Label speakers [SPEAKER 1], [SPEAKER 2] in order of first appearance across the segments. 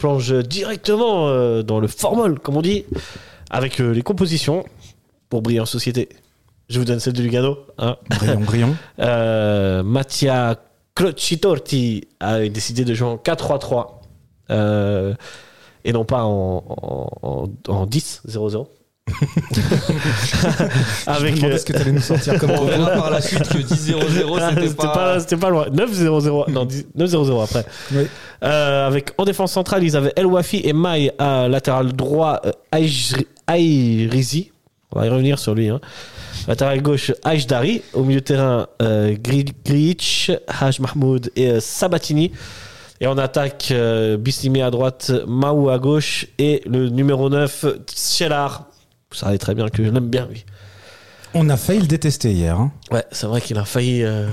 [SPEAKER 1] plonge directement euh, dans le formol, comme on dit, avec euh, les compositions pour briller en société. Je vous donne celle de Lugano. Hein.
[SPEAKER 2] Brillons, brillons.
[SPEAKER 1] Euh, Mattia Crocitorti a décidé de jouer en 4-3-3 euh, et non pas en, en, en, en 10-0-0.
[SPEAKER 2] Je me
[SPEAKER 1] Avec.
[SPEAKER 2] demandais ce que t'allais nous sortir comme
[SPEAKER 3] On
[SPEAKER 2] promo.
[SPEAKER 3] verra par la suite que 10-0-0,
[SPEAKER 1] euh,
[SPEAKER 3] c'était
[SPEAKER 1] c'était pas, c'était pas loin. 9-0-0. Non, 10 9-0-0 après.
[SPEAKER 2] Oui.
[SPEAKER 1] Euh, avec en défense centrale, ils avaient El Wafi et Maï à latéral droit, euh, Aïj- Aïrizi. On va y revenir sur lui. Hein. Latéral gauche, Aïjdari. Au milieu de terrain, euh, Gri- Grilich, Haj Mahmoud et euh, Sabatini. Et en attaque, euh, Bislimi à droite, Maou à gauche et le numéro 9, Tchelar. Vous savez très bien que je l'aime bien, lui.
[SPEAKER 2] On a failli le détester hier. hein.
[SPEAKER 1] Ouais, c'est vrai qu'il a failli. euh,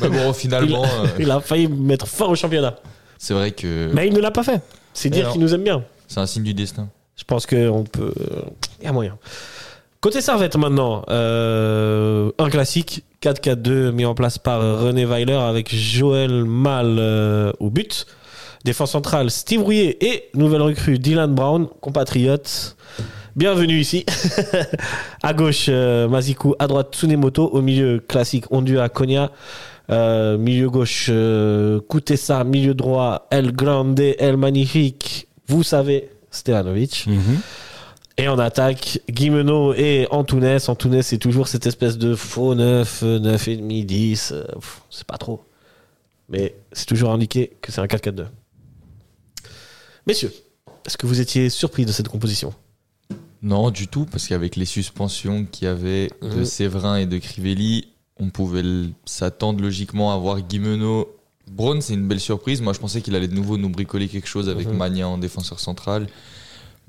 [SPEAKER 3] Mais bon, finalement, euh,
[SPEAKER 1] Il a failli mettre fin au championnat.
[SPEAKER 3] c'est vrai que
[SPEAKER 1] Mais il ne l'a pas fait. C'est dire
[SPEAKER 3] non.
[SPEAKER 1] qu'il nous aime bien.
[SPEAKER 3] c'est un signe du destin.
[SPEAKER 1] Je pense qu'on peut. Il y a moyen. Côté Servette maintenant, euh, un classique 4-4-2 mis en place par René Weiler avec Joël Mal euh, au but. Défense centrale, Steve Rouillet et nouvelle recrue Dylan Brown, compatriote. Bienvenue ici. à gauche, euh, Mazikou. À droite, Tsunemoto. Au milieu, classique, Ondua, Konya. Euh, milieu gauche, euh, Kutesa. Milieu droit, El Grande, El Magnifique. Vous savez, Stevanovic. Et en attaque, Guimeno et Antunes. Antunes, c'est toujours cette espèce de faux euh, 9, 9,5, 10. euh, pff, C'est pas trop. Mais c'est toujours indiqué que c'est un 4-4-2. Messieurs, est-ce que vous étiez surpris de cette composition
[SPEAKER 3] Non, du tout, parce qu'avec les suspensions qu'il y avait de
[SPEAKER 1] Mhm.
[SPEAKER 3] Séverin et de Crivelli, on pouvait l- s'attendre logiquement à voir Guimeno. Braun, c'est une belle surprise. Moi, je pensais qu'il allait de nouveau nous bricoler quelque chose avec
[SPEAKER 1] Mhm.
[SPEAKER 3] Magna en défenseur central.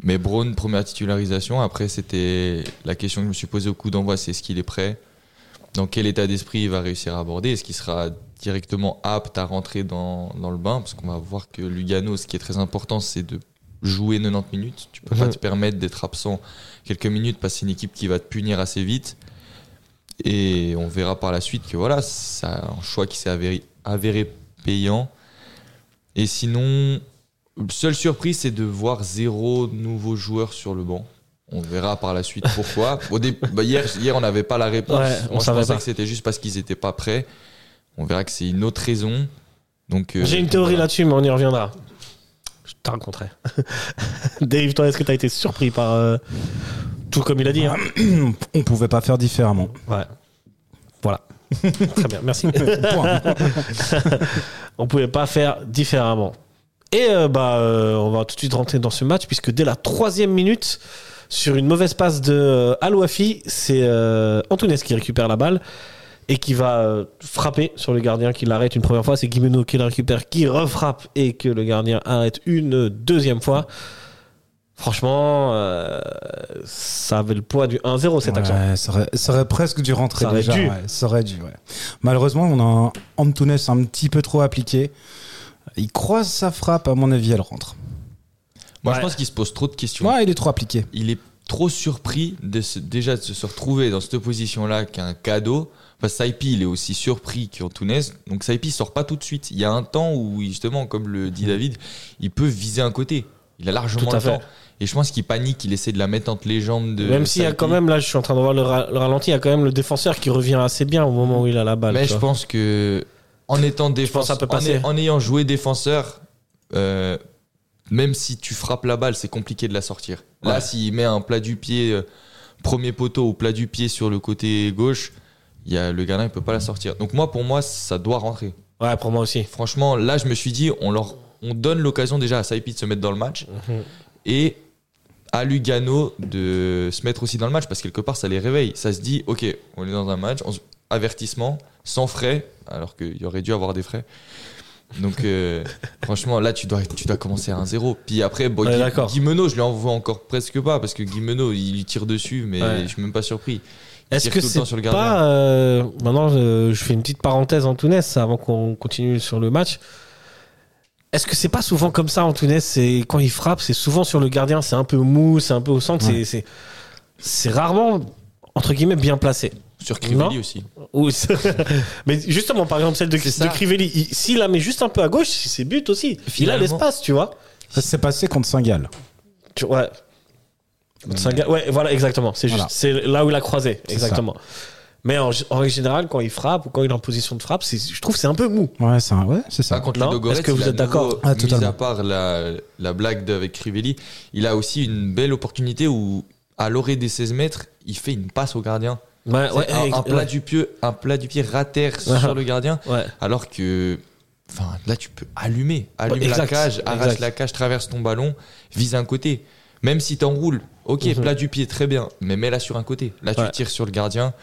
[SPEAKER 3] Mais Braun, première titularisation. Après, c'était la question que je me suis posée au coup d'envoi, c'est est-ce qu'il est prêt Dans quel état d'esprit il va réussir à aborder Est-ce qu'il sera directement apte à rentrer dans, dans le bain Parce qu'on va voir que Lugano, ce qui est très important, c'est de jouer 90 minutes. Tu peux pas
[SPEAKER 1] Mhm.
[SPEAKER 3] te permettre d'être absent quelques minutes parce que c'est une équipe qui va te punir assez vite. Et on verra par la suite que voilà, c'est un choix qui s'est avéré, avéré payant. Et sinon, seule surprise, c'est de voir zéro nouveau joueur sur le banc. On verra par la suite pourquoi. Au dé- bah, hier, hier, on n'avait pas la réponse.
[SPEAKER 1] Ouais, on
[SPEAKER 3] Moi, je
[SPEAKER 1] savait
[SPEAKER 3] pensais
[SPEAKER 1] pas.
[SPEAKER 3] que c'était juste parce qu'ils n'étaient pas prêts. On verra que c'est une autre raison. Donc, euh,
[SPEAKER 1] J'ai une théorie
[SPEAKER 3] voilà.
[SPEAKER 1] là-dessus, mais on y reviendra. Je te raconterai. Dave, toi, est-ce que tu as été surpris par. euh, tout comme il a dit hein
[SPEAKER 2] On pouvait pas faire différemment.
[SPEAKER 1] Ouais. Voilà. Très bien, merci.
[SPEAKER 2] Point.
[SPEAKER 1] on pouvait pas faire différemment. Et euh, bah, euh, on va tout de suite rentrer dans ce match, puisque dès la troisième minute, sur une mauvaise passe de euh, Al Wafi, c'est euh, Antunes qui récupère la balle et qui va euh, frapper sur le gardien qui l'arrête une première fois. C'est Guimeno qui la récupère, qui refrappe et que le gardien arrête une deuxième fois. Franchement, euh, ça avait le poids du 1-0 cette action.
[SPEAKER 2] Ouais, ça, aurait, ça aurait presque dû rentrer
[SPEAKER 1] Ça aurait
[SPEAKER 2] déjà.
[SPEAKER 1] dû.
[SPEAKER 2] ouais, ça aurait dû, ouais. Malheureusement, on a un Antunes un petit peu trop appliqué. Il croise sa frappe, à mon avis, elle rentre.
[SPEAKER 3] Moi,
[SPEAKER 1] Ouais.
[SPEAKER 3] je pense qu'il se pose trop de questions.
[SPEAKER 2] Ouais, il est trop appliqué.
[SPEAKER 3] il est trop surpris de se- déjà de se retrouver dans cette position-là qu'un cadeau. Parce que Saipi, il est aussi surpris qu'Antunes. Donc Saipi sort pas tout de suite. Il y a un temps où, justement, comme le dit David, il peut viser un côté. Il a largement
[SPEAKER 1] Mm. Tout à
[SPEAKER 3] le
[SPEAKER 1] fait.
[SPEAKER 3] temps. Et je pense qu'il panique, il essaie de la mettre entre les jambes de.
[SPEAKER 1] Même s'il y a
[SPEAKER 3] Saipi.
[SPEAKER 1] quand même, là je suis en train de voir le, ra- le ralenti, il y a quand même le défenseur qui revient assez bien au moment où il a la balle.
[SPEAKER 3] Mais
[SPEAKER 1] tu
[SPEAKER 3] je
[SPEAKER 1] vois.
[SPEAKER 3] pense que en étant
[SPEAKER 1] pense que ça
[SPEAKER 3] défenseur,
[SPEAKER 1] peut
[SPEAKER 3] en,
[SPEAKER 1] passer.
[SPEAKER 3] ay- en ayant joué défenseur, euh, même si tu frappes la balle, c'est compliqué de la sortir. Là, s'il met un plat du pied, euh, premier poteau ou plat du pied sur le côté gauche, il y a, le gardien ne peut pas la sortir. Donc moi, pour moi, ça doit rentrer.
[SPEAKER 1] Ouais, pour moi aussi.
[SPEAKER 3] Franchement, là, je me suis dit, on, leur, on donne l'occasion déjà à Saipi de se mettre dans le match
[SPEAKER 1] Mhm.
[SPEAKER 3] et à Lugano de se mettre aussi dans le match parce que quelque part, ça les réveille. Ça se dit, ok, on est dans un match, on se- avertissement, sans frais, alors qu'il y aurait dû avoir des frais. Donc, euh, franchement, là, tu dois, tu dois commencer à 1-0. Puis après, bon,
[SPEAKER 1] Ouais,
[SPEAKER 3] Gui-
[SPEAKER 1] d'accord.
[SPEAKER 3] Guimeno, je lui en vois encore presque pas parce que Guimeno, il lui tire dessus, mais
[SPEAKER 1] Ouais.
[SPEAKER 3] je suis même pas surpris. Il
[SPEAKER 1] Est-ce
[SPEAKER 3] tire
[SPEAKER 1] que
[SPEAKER 3] tout le
[SPEAKER 1] c'est
[SPEAKER 3] temps sur le gardien.
[SPEAKER 1] pas euh, maintenant euh, je fais une petite parenthèse Antunes avant qu'on continue sur le match. Est-ce que c'est pas souvent comme ça Antunes C'est quand il frappe, c'est souvent sur le gardien, c'est un peu mou, c'est un peu au centre, c'est- c'est c'est rarement entre guillemets bien placé.
[SPEAKER 3] Sur
[SPEAKER 1] Non.
[SPEAKER 3] Crivelli aussi.
[SPEAKER 1] Ou c'est- mais justement par exemple celle de,
[SPEAKER 3] C'est ça.
[SPEAKER 1] de Crivelli, il- s'il la met juste un peu à gauche, c'est but aussi. Il a
[SPEAKER 3] Finalement.
[SPEAKER 1] l'espace, tu vois.
[SPEAKER 2] Ça s'est passé contre Saint-Gall.
[SPEAKER 1] Tu- ouais.
[SPEAKER 3] Hmm.
[SPEAKER 1] Saint-Gall- ouais, voilà, exactement. C'est juste,
[SPEAKER 2] Voilà.
[SPEAKER 1] c'est là où il a croisé,
[SPEAKER 2] C'est
[SPEAKER 1] exactement. Mais en, g- en règle générale, quand il frappe ou quand il est en position de frappe, c'est- je trouve que c'est un peu mou.
[SPEAKER 2] Ouais, c'est un- ouais, c'est ça.
[SPEAKER 3] Par Ah, contre,
[SPEAKER 1] Non,
[SPEAKER 3] Ludo Goretz,
[SPEAKER 1] est-ce que
[SPEAKER 3] il
[SPEAKER 1] vous
[SPEAKER 3] a
[SPEAKER 1] êtes
[SPEAKER 3] de
[SPEAKER 1] d'accord
[SPEAKER 3] nouveau,
[SPEAKER 2] Ah,
[SPEAKER 3] Mis
[SPEAKER 2] totalement.
[SPEAKER 3] à part la, la blague avec Crivelli, il a aussi une belle opportunité où, à l'orée des 16 mètres, il fait une passe au gardien.
[SPEAKER 1] Ouais,
[SPEAKER 3] C'est
[SPEAKER 1] ouais,
[SPEAKER 3] un,
[SPEAKER 1] ex-
[SPEAKER 3] un plat
[SPEAKER 1] ouais.
[SPEAKER 3] du pied, un plat du pied rater
[SPEAKER 1] Ouais.
[SPEAKER 3] sur le gardien,
[SPEAKER 1] Ouais.
[SPEAKER 3] alors que enfin, là, tu peux allumer. Allume la
[SPEAKER 1] exact,
[SPEAKER 3] cage, arrache
[SPEAKER 1] exact.
[SPEAKER 3] la cage, traverse ton ballon, vise un côté. Même si t'enroules, ok,
[SPEAKER 1] Mhm.
[SPEAKER 3] plat du pied, très bien, mais mets-la sur un côté. Là,
[SPEAKER 1] Ouais.
[SPEAKER 3] tu tires sur le gardien.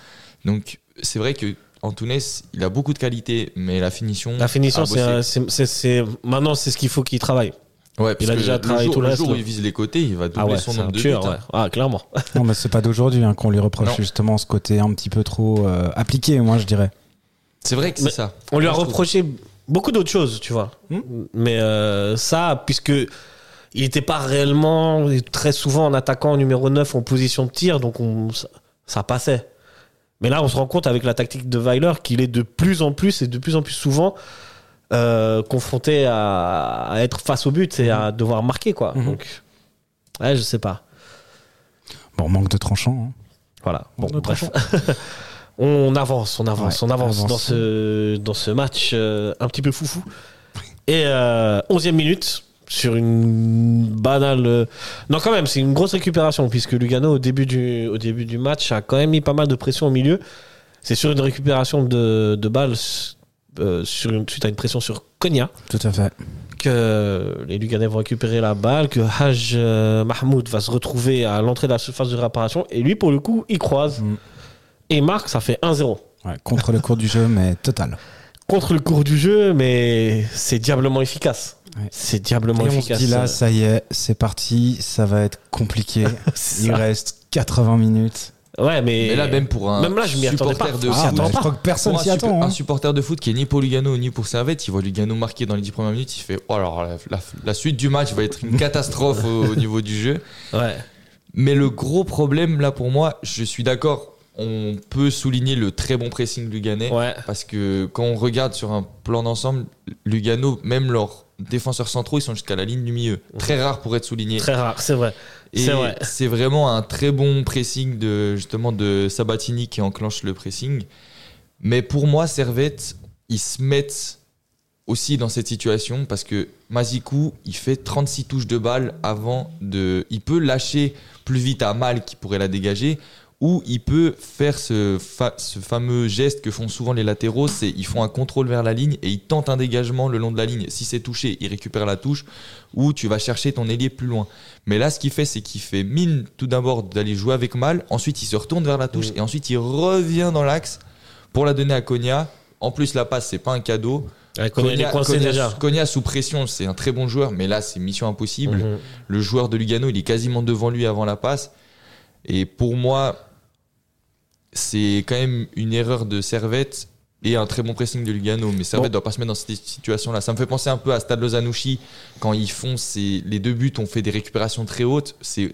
[SPEAKER 3] Donc, c'est vrai que Antunes, il a beaucoup de qualité, mais la finition.
[SPEAKER 1] La
[SPEAKER 3] à
[SPEAKER 1] finition, c'est,
[SPEAKER 3] bosser.
[SPEAKER 1] un- c'est, c'est- c'est- maintenant, c'est ce qu'il faut qu'il travaille.
[SPEAKER 3] Ouais,
[SPEAKER 1] Il
[SPEAKER 3] parce
[SPEAKER 1] a
[SPEAKER 3] que
[SPEAKER 1] déjà
[SPEAKER 3] le
[SPEAKER 1] travaillé
[SPEAKER 3] jour,
[SPEAKER 1] tout le
[SPEAKER 3] le
[SPEAKER 1] reste,
[SPEAKER 3] jour où
[SPEAKER 1] là.
[SPEAKER 3] il vise les côtés, il va
[SPEAKER 1] Ah
[SPEAKER 3] doubler
[SPEAKER 1] ouais,
[SPEAKER 3] son
[SPEAKER 1] c'est un
[SPEAKER 3] nombre de
[SPEAKER 1] tueur,
[SPEAKER 3] buts,
[SPEAKER 1] ouais.
[SPEAKER 3] hein.
[SPEAKER 1] Ah, clairement.
[SPEAKER 2] Non, mais c'est pas d'aujourd'hui hein, qu'on lui reproche
[SPEAKER 3] Non.
[SPEAKER 2] justement ce côté un petit peu trop euh, appliqué, moi je dirais.
[SPEAKER 3] C'est vrai que c'est
[SPEAKER 1] Mais
[SPEAKER 3] ça.
[SPEAKER 1] On lui a
[SPEAKER 3] Moi, je trouve-
[SPEAKER 1] reproché beaucoup d'autres choses, tu vois.
[SPEAKER 2] Hmm.
[SPEAKER 1] Mais euh, ça, puisque il n'était pas réellement très souvent en attaquant numéro 9 en position de tir, donc on, ça, ça passait. Mais là, on se rend compte avec la tactique de Weiler qu'il est de plus en plus et de plus en plus souvent euh, confronté à, à être face au but et
[SPEAKER 3] Hmm
[SPEAKER 1] à devoir marquer, quoi.
[SPEAKER 2] Mhm.
[SPEAKER 1] Donc, ouais, je sais pas.
[SPEAKER 2] Bon, manque de tranchant. hein.
[SPEAKER 1] Voilà. Bon,
[SPEAKER 2] Manque de
[SPEAKER 1] bref.
[SPEAKER 2] tranchant.
[SPEAKER 1] On avance, on avance,
[SPEAKER 2] Ouais,
[SPEAKER 1] on avance,
[SPEAKER 2] avance.
[SPEAKER 1] dans ce dans ce match euh, un petit peu foufou. Et euh, 11e minute sur une banale euh, non quand même c'est une grosse récupération puisque Lugano au début du au début du match a quand même mis pas mal de pression au milieu. C'est sur une récupération de de balles euh, sur une, suite à une pression sur Konya
[SPEAKER 2] Tout à fait.
[SPEAKER 1] que les Luganais vont récupérer la balle, que Haj euh, Mahmoud va se retrouver à l'entrée de la surface de réparation, et lui, pour le coup, il croise.
[SPEAKER 2] Mm.
[SPEAKER 1] Et marque, ça fait 1-0.
[SPEAKER 2] Ouais, contre le cours du jeu, mais total.
[SPEAKER 1] Contre le cours du jeu, mais c'est diablement efficace.
[SPEAKER 2] Ouais.
[SPEAKER 1] C'est diablement
[SPEAKER 2] Et on se
[SPEAKER 1] efficace.
[SPEAKER 2] dit là, ça y est, c'est parti, ça va être compliqué.
[SPEAKER 1] C'est
[SPEAKER 2] Il
[SPEAKER 1] ça.
[SPEAKER 2] reste 80 minutes.
[SPEAKER 1] Ouais, mais.
[SPEAKER 3] Mais là, même pour un
[SPEAKER 1] Même là, je m'y attendais
[SPEAKER 3] supporter
[SPEAKER 1] pas.
[SPEAKER 3] de
[SPEAKER 1] Ah,
[SPEAKER 3] foot,
[SPEAKER 1] attends,
[SPEAKER 2] bah, je
[SPEAKER 1] pas.
[SPEAKER 2] crois que personne
[SPEAKER 3] pour un,
[SPEAKER 2] s'y
[SPEAKER 3] sup-
[SPEAKER 2] attend.
[SPEAKER 3] un
[SPEAKER 2] hein.
[SPEAKER 3] supporter de foot qui est ni pour Lugano ni pour Servette, il voit Lugano marquer dans les 10 premières minutes, il fait oh, alors la, la- la suite du match va être une catastrophe au, au niveau du jeu.
[SPEAKER 1] Ouais.
[SPEAKER 3] Mais le gros problème là pour moi, je suis d'accord, on peut souligner le très bon pressing luganais
[SPEAKER 1] Ouais.
[SPEAKER 3] parce que quand on regarde sur un plan d'ensemble, Lugano, même leurs défenseurs centraux, ils sont jusqu'à la ligne du milieu. Très rare pour être souligné.
[SPEAKER 1] Très rare, c'est vrai.
[SPEAKER 3] Et
[SPEAKER 1] C'est vrai.
[SPEAKER 3] c'est vraiment un très bon pressing de justement de Sabatini qui enclenche le pressing. Mais pour moi, Servette, ils se mettent aussi dans cette situation parce que Mazikou, il fait 36 touches de balle avant de. Il peut lâcher plus vite à Mal qui pourrait la dégager ou il peut faire ce, fa- ce fameux geste que font souvent les latéraux c'est ils font un contrôle vers la ligne et ils tentent un dégagement le long de la ligne. Si c'est touché, ils récupèrent la touche ou tu vas chercher ton ailier plus loin. Mais là, ce qu'il fait, c'est qu'il fait mine tout d'abord d'aller jouer avec Mal, ensuite il se retourne vers la touche
[SPEAKER 1] Mm.
[SPEAKER 3] et ensuite il revient dans l'axe pour la donner à Konya. En plus, la passe, c'est pas un cadeau.
[SPEAKER 1] Ouais, Konya, il est coincé
[SPEAKER 3] Konya-
[SPEAKER 1] déjà.
[SPEAKER 3] Konya sous pression, c'est un très bon joueur, mais là, c'est mission impossible.
[SPEAKER 1] Mhm.
[SPEAKER 3] Le joueur de Lugano, il est quasiment devant lui avant la passe. Et pour moi, c'est quand même une erreur de Servette et un très bon pressing de Lugano. Mais Servette
[SPEAKER 1] Bon.
[SPEAKER 3] doit pas se mettre dans cette situation-là. Ça me fait penser un peu à Stade Lozanouchi quand ils font ces- les deux buts, on fait des récupérations très hautes. C'est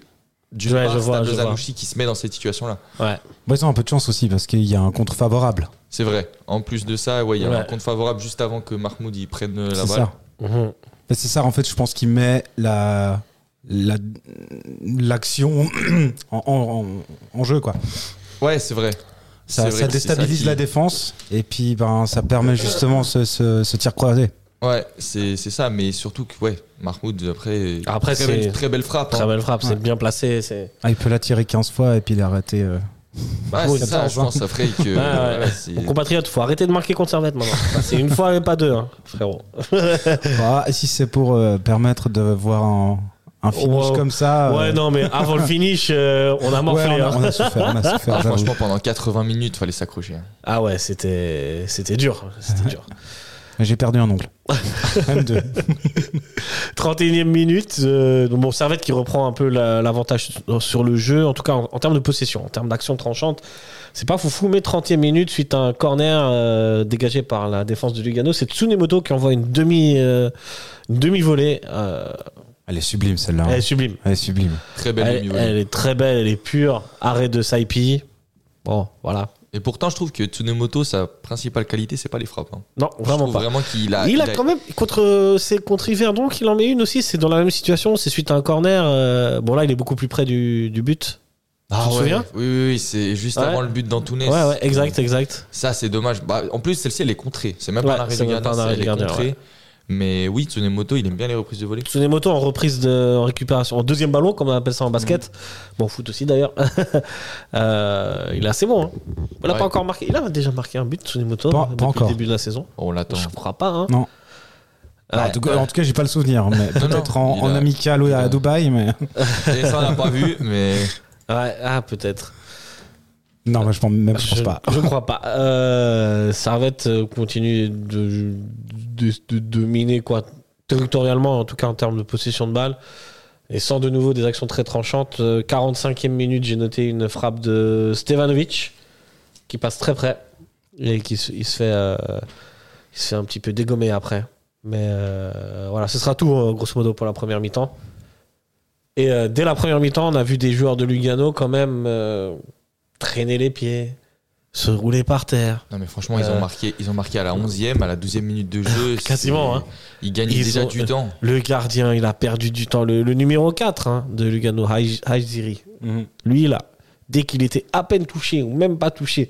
[SPEAKER 3] du
[SPEAKER 1] Ouais, je vois,
[SPEAKER 3] Stade
[SPEAKER 1] je vois.
[SPEAKER 3] Lozanouchi qui se met dans cette situation-là.
[SPEAKER 1] Ouais.
[SPEAKER 2] Bon, Bah, ils ont un peu de chance aussi parce qu'il y a un contre favorable.
[SPEAKER 3] C'est vrai. En plus de ça, ouais, il y a
[SPEAKER 1] Ouais.
[SPEAKER 3] un compte favorable juste avant que Mahmoud y prenne euh, la
[SPEAKER 2] C'est
[SPEAKER 3] balle.
[SPEAKER 2] ça.
[SPEAKER 1] Mhm.
[SPEAKER 2] Et C'est ça, en fait, je pense qu'il met la la- l'action en, en- en- en jeu quoi
[SPEAKER 3] Ouais, c'est vrai. C'est
[SPEAKER 2] ça,
[SPEAKER 3] vrai
[SPEAKER 2] ça
[SPEAKER 3] que c'est ça
[SPEAKER 2] déstabilise
[SPEAKER 3] qui-
[SPEAKER 2] la défense et puis ben ça permet justement ce, ce- ce tir croisé
[SPEAKER 3] Ouais, c'est c'est ça. Mais surtout que, ouais, Mahmoud, après,
[SPEAKER 1] Ah, Après,
[SPEAKER 3] très,
[SPEAKER 1] c'est-
[SPEAKER 3] belle, très belle frappe. hein.
[SPEAKER 1] Très belle frappe,
[SPEAKER 2] Ouais.
[SPEAKER 1] c'est bien placé. C'est...
[SPEAKER 2] Ah, il peut la tirer 15 fois et puis l'arrêter euh,
[SPEAKER 3] Ouais,
[SPEAKER 1] Mahmoud,
[SPEAKER 3] c'est ça,
[SPEAKER 2] 14,
[SPEAKER 3] je pense après que.
[SPEAKER 1] ouais.
[SPEAKER 3] ouais, c'est-
[SPEAKER 1] Mon compatriote, faut arrêter de marquer contre Servette maintenant. c'est une fois et pas deux, hein, frérot.
[SPEAKER 2] Ah, si c'est pour euh, permettre de voir un, un finish
[SPEAKER 1] Wow.
[SPEAKER 2] comme ça. euh,
[SPEAKER 1] Ouais, non, mais avant le finish, euh, on a
[SPEAKER 2] ouais,
[SPEAKER 1] morflé.
[SPEAKER 2] on, a,
[SPEAKER 1] hein.
[SPEAKER 2] on a souffert, on a souffert.
[SPEAKER 3] Ah,
[SPEAKER 2] j'avoue.
[SPEAKER 3] franchement, pendant 80 minutes, fallait s'accrocher. hein.
[SPEAKER 1] Ah ouais, c'était, c'était dur. C'était dur.
[SPEAKER 2] Mais J'ai perdu un ongle. Même deux.
[SPEAKER 1] 31e minute, euh, donc bon, Servette qui reprend un peu la- l'avantage sur le jeu, en tout cas en, en termes de possession, en termes d'action tranchante. C'est pas foufou, mais 30e minute, suite à un corner euh, dégagé par la défense de Lugano, c'est Tsunemoto qui envoie une demi, euh, une demi-volée. euh,
[SPEAKER 2] Elle est sublime celle-là. hein.
[SPEAKER 1] elle est sublime.
[SPEAKER 2] Elle est sublime.
[SPEAKER 3] Très belle
[SPEAKER 1] Elle,
[SPEAKER 3] demi-volée.
[SPEAKER 1] elle est très belle, elle est pure. Arrêt de Saipi. Bon, voilà.
[SPEAKER 3] Et pourtant, je trouve que Tsunemoto, sa principale qualité, c'est pas les frappes. hein.
[SPEAKER 1] Non,
[SPEAKER 3] Je
[SPEAKER 1] vraiment
[SPEAKER 3] trouve
[SPEAKER 1] pas.
[SPEAKER 3] Vraiment qu'il a.
[SPEAKER 1] il, a, quand même contre euh, c'est contre Hiver donc il en met une aussi. C'est dans la même situation. C'est suite à un corner. euh, bon là il est beaucoup plus près du, du but.
[SPEAKER 3] Ah
[SPEAKER 1] tu te
[SPEAKER 3] ouais.
[SPEAKER 1] souviens
[SPEAKER 3] Oui, oui, oui, c'est juste
[SPEAKER 1] Ouais.
[SPEAKER 3] avant le but d'Antunes.
[SPEAKER 1] Ouais ouais exact exact.
[SPEAKER 3] Ça, c'est dommage. Bah, en plus, celle-ci, elle est contrée. C'est même
[SPEAKER 1] Ouais,
[SPEAKER 3] pas un arrêt
[SPEAKER 1] c'est
[SPEAKER 3] de
[SPEAKER 1] même
[SPEAKER 3] gardien,
[SPEAKER 1] pas un arrêt
[SPEAKER 3] c'est- elle
[SPEAKER 1] de
[SPEAKER 3] est
[SPEAKER 1] gardien,
[SPEAKER 3] contrée. Mais oui, Tsunemoto, il aime bien les reprises de volée.
[SPEAKER 1] Tsunemoto en reprise de en récupération en deuxième ballon comme on appelle ça en basket.
[SPEAKER 2] Mm.
[SPEAKER 1] Bon foot aussi d'ailleurs. Euh, il est assez bon. hein. Il a
[SPEAKER 3] Ouais.
[SPEAKER 1] pas encore marqué. Il a déjà marqué un but Tsunemoto
[SPEAKER 2] Pas- pas
[SPEAKER 1] depuis
[SPEAKER 2] encore.
[SPEAKER 1] le début de la saison.
[SPEAKER 3] On l'attend.
[SPEAKER 1] Je crois pas. hein.
[SPEAKER 2] Non.
[SPEAKER 1] Ouais.
[SPEAKER 2] en, tout cas, en tout cas, j'ai pas le souvenir, mais
[SPEAKER 3] Non,
[SPEAKER 2] peut-être
[SPEAKER 3] non,
[SPEAKER 2] en,
[SPEAKER 3] il
[SPEAKER 2] en
[SPEAKER 3] a-
[SPEAKER 2] amical ou
[SPEAKER 3] il
[SPEAKER 2] à
[SPEAKER 3] a-
[SPEAKER 2] Dubaï, mais
[SPEAKER 3] Et ça, on l'a pas vu, mais.
[SPEAKER 1] Ouais, ah peut-être.
[SPEAKER 2] non, moi, je pense même je pense pas.
[SPEAKER 1] Je crois pas. Euh, Servette euh, continue de, de- de dominer quoi, territorialement, en tout cas en termes de possession de balle. Et sans de nouveau des actions très tranchantes. Euh, 45e minute, j'ai noté une frappe de Stevanovic qui passe très près et qui se, il se fait, euh, il se fait un petit peu dégommer après. Mais euh, voilà, ce sera tout euh, grosso modo pour la première mi-temps. Et euh, dès la première mi-temps, on a vu des joueurs de Lugano quand même euh, traîner les pieds, se rouler par terre.
[SPEAKER 3] Non, mais franchement, ils,
[SPEAKER 1] Euh.
[SPEAKER 3] ont marqué, ils ont marqué à la 11e, à la 12e minute de jeu. c'est-
[SPEAKER 1] Quasiment, hein.
[SPEAKER 3] Ils gagnent
[SPEAKER 1] Ils
[SPEAKER 3] déjà
[SPEAKER 1] ont-
[SPEAKER 3] du temps.
[SPEAKER 1] Le gardien, il a perdu du temps. Le, le numéro 4 hein, de Lugano, Haj- Hajziri,
[SPEAKER 2] Mhm.
[SPEAKER 1] lui, là, dès qu'il était à peine touché ou même pas touché,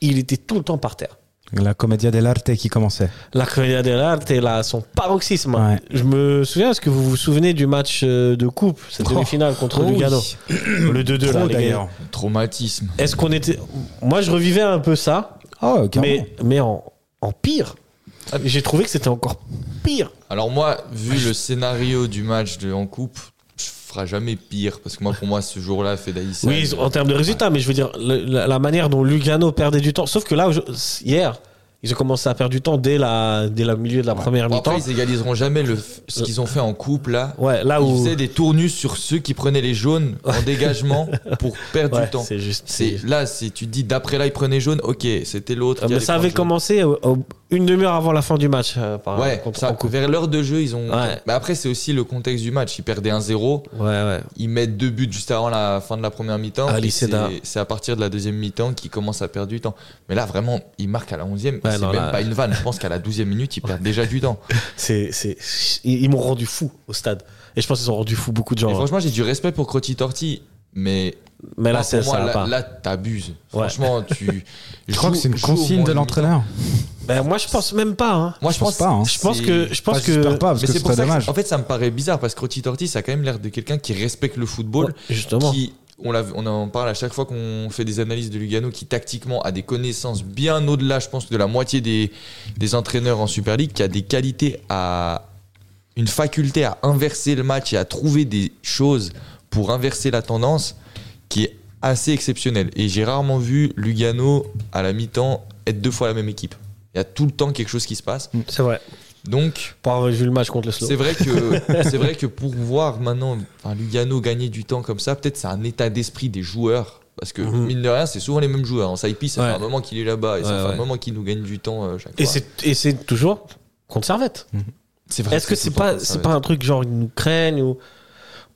[SPEAKER 1] il était tout le temps par terre.
[SPEAKER 2] La commedia dell'arte qui commençait.
[SPEAKER 1] La Cornelia dell'Arte, elle a son paroxysme. hein.
[SPEAKER 2] Ouais.
[SPEAKER 1] Je me souviens, est-ce que vous vous souvenez du match euh, de coupe, cette
[SPEAKER 2] Oh.
[SPEAKER 1] demi-finale contre
[SPEAKER 2] Oh oui.
[SPEAKER 1] Lugano Le 2-2, là,
[SPEAKER 2] Trop,
[SPEAKER 1] les gars.
[SPEAKER 2] d'ailleurs.
[SPEAKER 3] Traumatisme.
[SPEAKER 1] Est-ce qu'on était. Moi, je revivais un peu ça.
[SPEAKER 2] Oh, carrément.
[SPEAKER 1] mais, mais en, en pire. Ah, J'ai trouvé que c'était encore pire.
[SPEAKER 3] Alors moi, vu le scénario du match de, en coupe, je ferai jamais pire parce que moi, pour moi, ce jour-là, Fedaïs.
[SPEAKER 1] Oui, en termes de résultats, mais je veux dire, le- la, la manière dont Lugano perdait du temps. Sauf que là, je- hier, ils ont commencé à perdre du temps dès la, dès la milieu de la première mi-temps.
[SPEAKER 3] Après, ils égaliseront jamais le, f- ce qu'ils ont fait en coupe là.
[SPEAKER 1] Ouais, là
[SPEAKER 3] ils
[SPEAKER 1] où.
[SPEAKER 3] faisaient des tournus sur ceux qui prenaient les jaunes en dégagement pour perdre
[SPEAKER 1] Ouais,
[SPEAKER 3] du temps.
[SPEAKER 1] c'est juste.
[SPEAKER 3] C'est là, si tu te dis d'après là, ils prenaient jaune, ok, c'était l'autre.
[SPEAKER 1] Ah,
[SPEAKER 3] qui
[SPEAKER 1] mais
[SPEAKER 3] allait
[SPEAKER 1] ça avait
[SPEAKER 3] prendre
[SPEAKER 1] commencé au- au- une demi-heure avant la fin du match. euh, par,
[SPEAKER 3] jaune. Ouais,
[SPEAKER 1] contre-
[SPEAKER 3] ça-
[SPEAKER 1] en coupe.
[SPEAKER 3] vers l'heure de jeu, ils ont.
[SPEAKER 1] Ouais.
[SPEAKER 3] Mais après, c'est aussi le contexte du match. Ils perdaient 1-0,
[SPEAKER 1] Ouais, ouais.
[SPEAKER 3] ils mettent deux buts juste avant la fin de la première mi-temps.
[SPEAKER 1] Ah,
[SPEAKER 3] et
[SPEAKER 1] lycée
[SPEAKER 3] c'est-
[SPEAKER 1] d'art.
[SPEAKER 3] C'est à partir de la deuxième mi-temps qu'ils commencent à perdre du temps. Mais là, vraiment, ils marquent à la 11e.
[SPEAKER 1] Ouais,
[SPEAKER 3] c'est
[SPEAKER 1] non,
[SPEAKER 3] même
[SPEAKER 1] là-
[SPEAKER 3] pas une vanne. Je pense qu'à la 12e minute, ils perdent déjà du temps.
[SPEAKER 1] C'est, c'est- Ils, ils m'ont rendu fou au stade. Et je pense qu'ils ont rendu fou beaucoup de
[SPEAKER 3] Et
[SPEAKER 1] gens. hein.
[SPEAKER 3] franchement, j'ai du respect pour Crotti Torti. Mais
[SPEAKER 1] Mais là,
[SPEAKER 3] moi,
[SPEAKER 1] c'est,
[SPEAKER 3] pour moi,
[SPEAKER 1] ça va
[SPEAKER 3] là,
[SPEAKER 1] pas.
[SPEAKER 3] là, t'abuses.
[SPEAKER 1] Ouais.
[SPEAKER 3] Franchement, tu.
[SPEAKER 2] Je crois que c'est une consigne de l'entraîneur.
[SPEAKER 1] Ben, moi, je pense même pas. hein.
[SPEAKER 3] Moi,
[SPEAKER 2] Je pense pas, hein.
[SPEAKER 1] Je pense
[SPEAKER 3] c'est-
[SPEAKER 1] que. Je pense
[SPEAKER 2] Enfin, j'espère
[SPEAKER 1] que...
[SPEAKER 2] pas, parce que
[SPEAKER 3] Mais
[SPEAKER 2] ce
[SPEAKER 3] c'est pour
[SPEAKER 2] serait
[SPEAKER 3] ça que-
[SPEAKER 2] dommage.
[SPEAKER 3] en fait, ça me paraît bizarre parce que Crotti Torti, ça a quand même l'air de quelqu'un qui respecte le football.
[SPEAKER 1] Ouais, justement.
[SPEAKER 3] qui on, l'a- on en parle à chaque fois qu'on fait des analyses de Lugano, qui tactiquement a des connaissances bien au-delà, je pense, de la moitié des, des entraîneurs en Super League, qui a des qualités à. une faculté à inverser le match et à trouver des choses pour inverser la tendance qui est assez exceptionnelle. Et j'ai rarement vu Lugano, à la mi-temps, être deux fois la même équipe. Il y a tout le temps quelque chose qui se passe.
[SPEAKER 1] C'est vrai.
[SPEAKER 3] Donc.
[SPEAKER 1] Pour avoir vu le match contre le Slow.
[SPEAKER 3] C'est vrai que c'est vrai que pour voir maintenant enfin, Lugano gagner du temps comme ça, peut-être c'est un état d'esprit des joueurs. Parce que
[SPEAKER 1] Mhm.
[SPEAKER 3] mine de rien, c'est souvent les mêmes joueurs. En Saipi, ça
[SPEAKER 1] Ouais.
[SPEAKER 3] fait un moment qu'il est là-bas et ça
[SPEAKER 1] Ouais,
[SPEAKER 3] fait
[SPEAKER 1] ouais.
[SPEAKER 3] un moment qu'il nous gagne du temps euh, chaque
[SPEAKER 1] Et
[SPEAKER 3] fois.
[SPEAKER 1] c'est et c'est toujours contre Servette.
[SPEAKER 3] vrai
[SPEAKER 1] Est-ce que c'est
[SPEAKER 3] tout le temps
[SPEAKER 1] pas
[SPEAKER 3] comme ça,
[SPEAKER 1] c'est
[SPEAKER 3] ouais.
[SPEAKER 1] pas un truc genre ils nous craignent ou,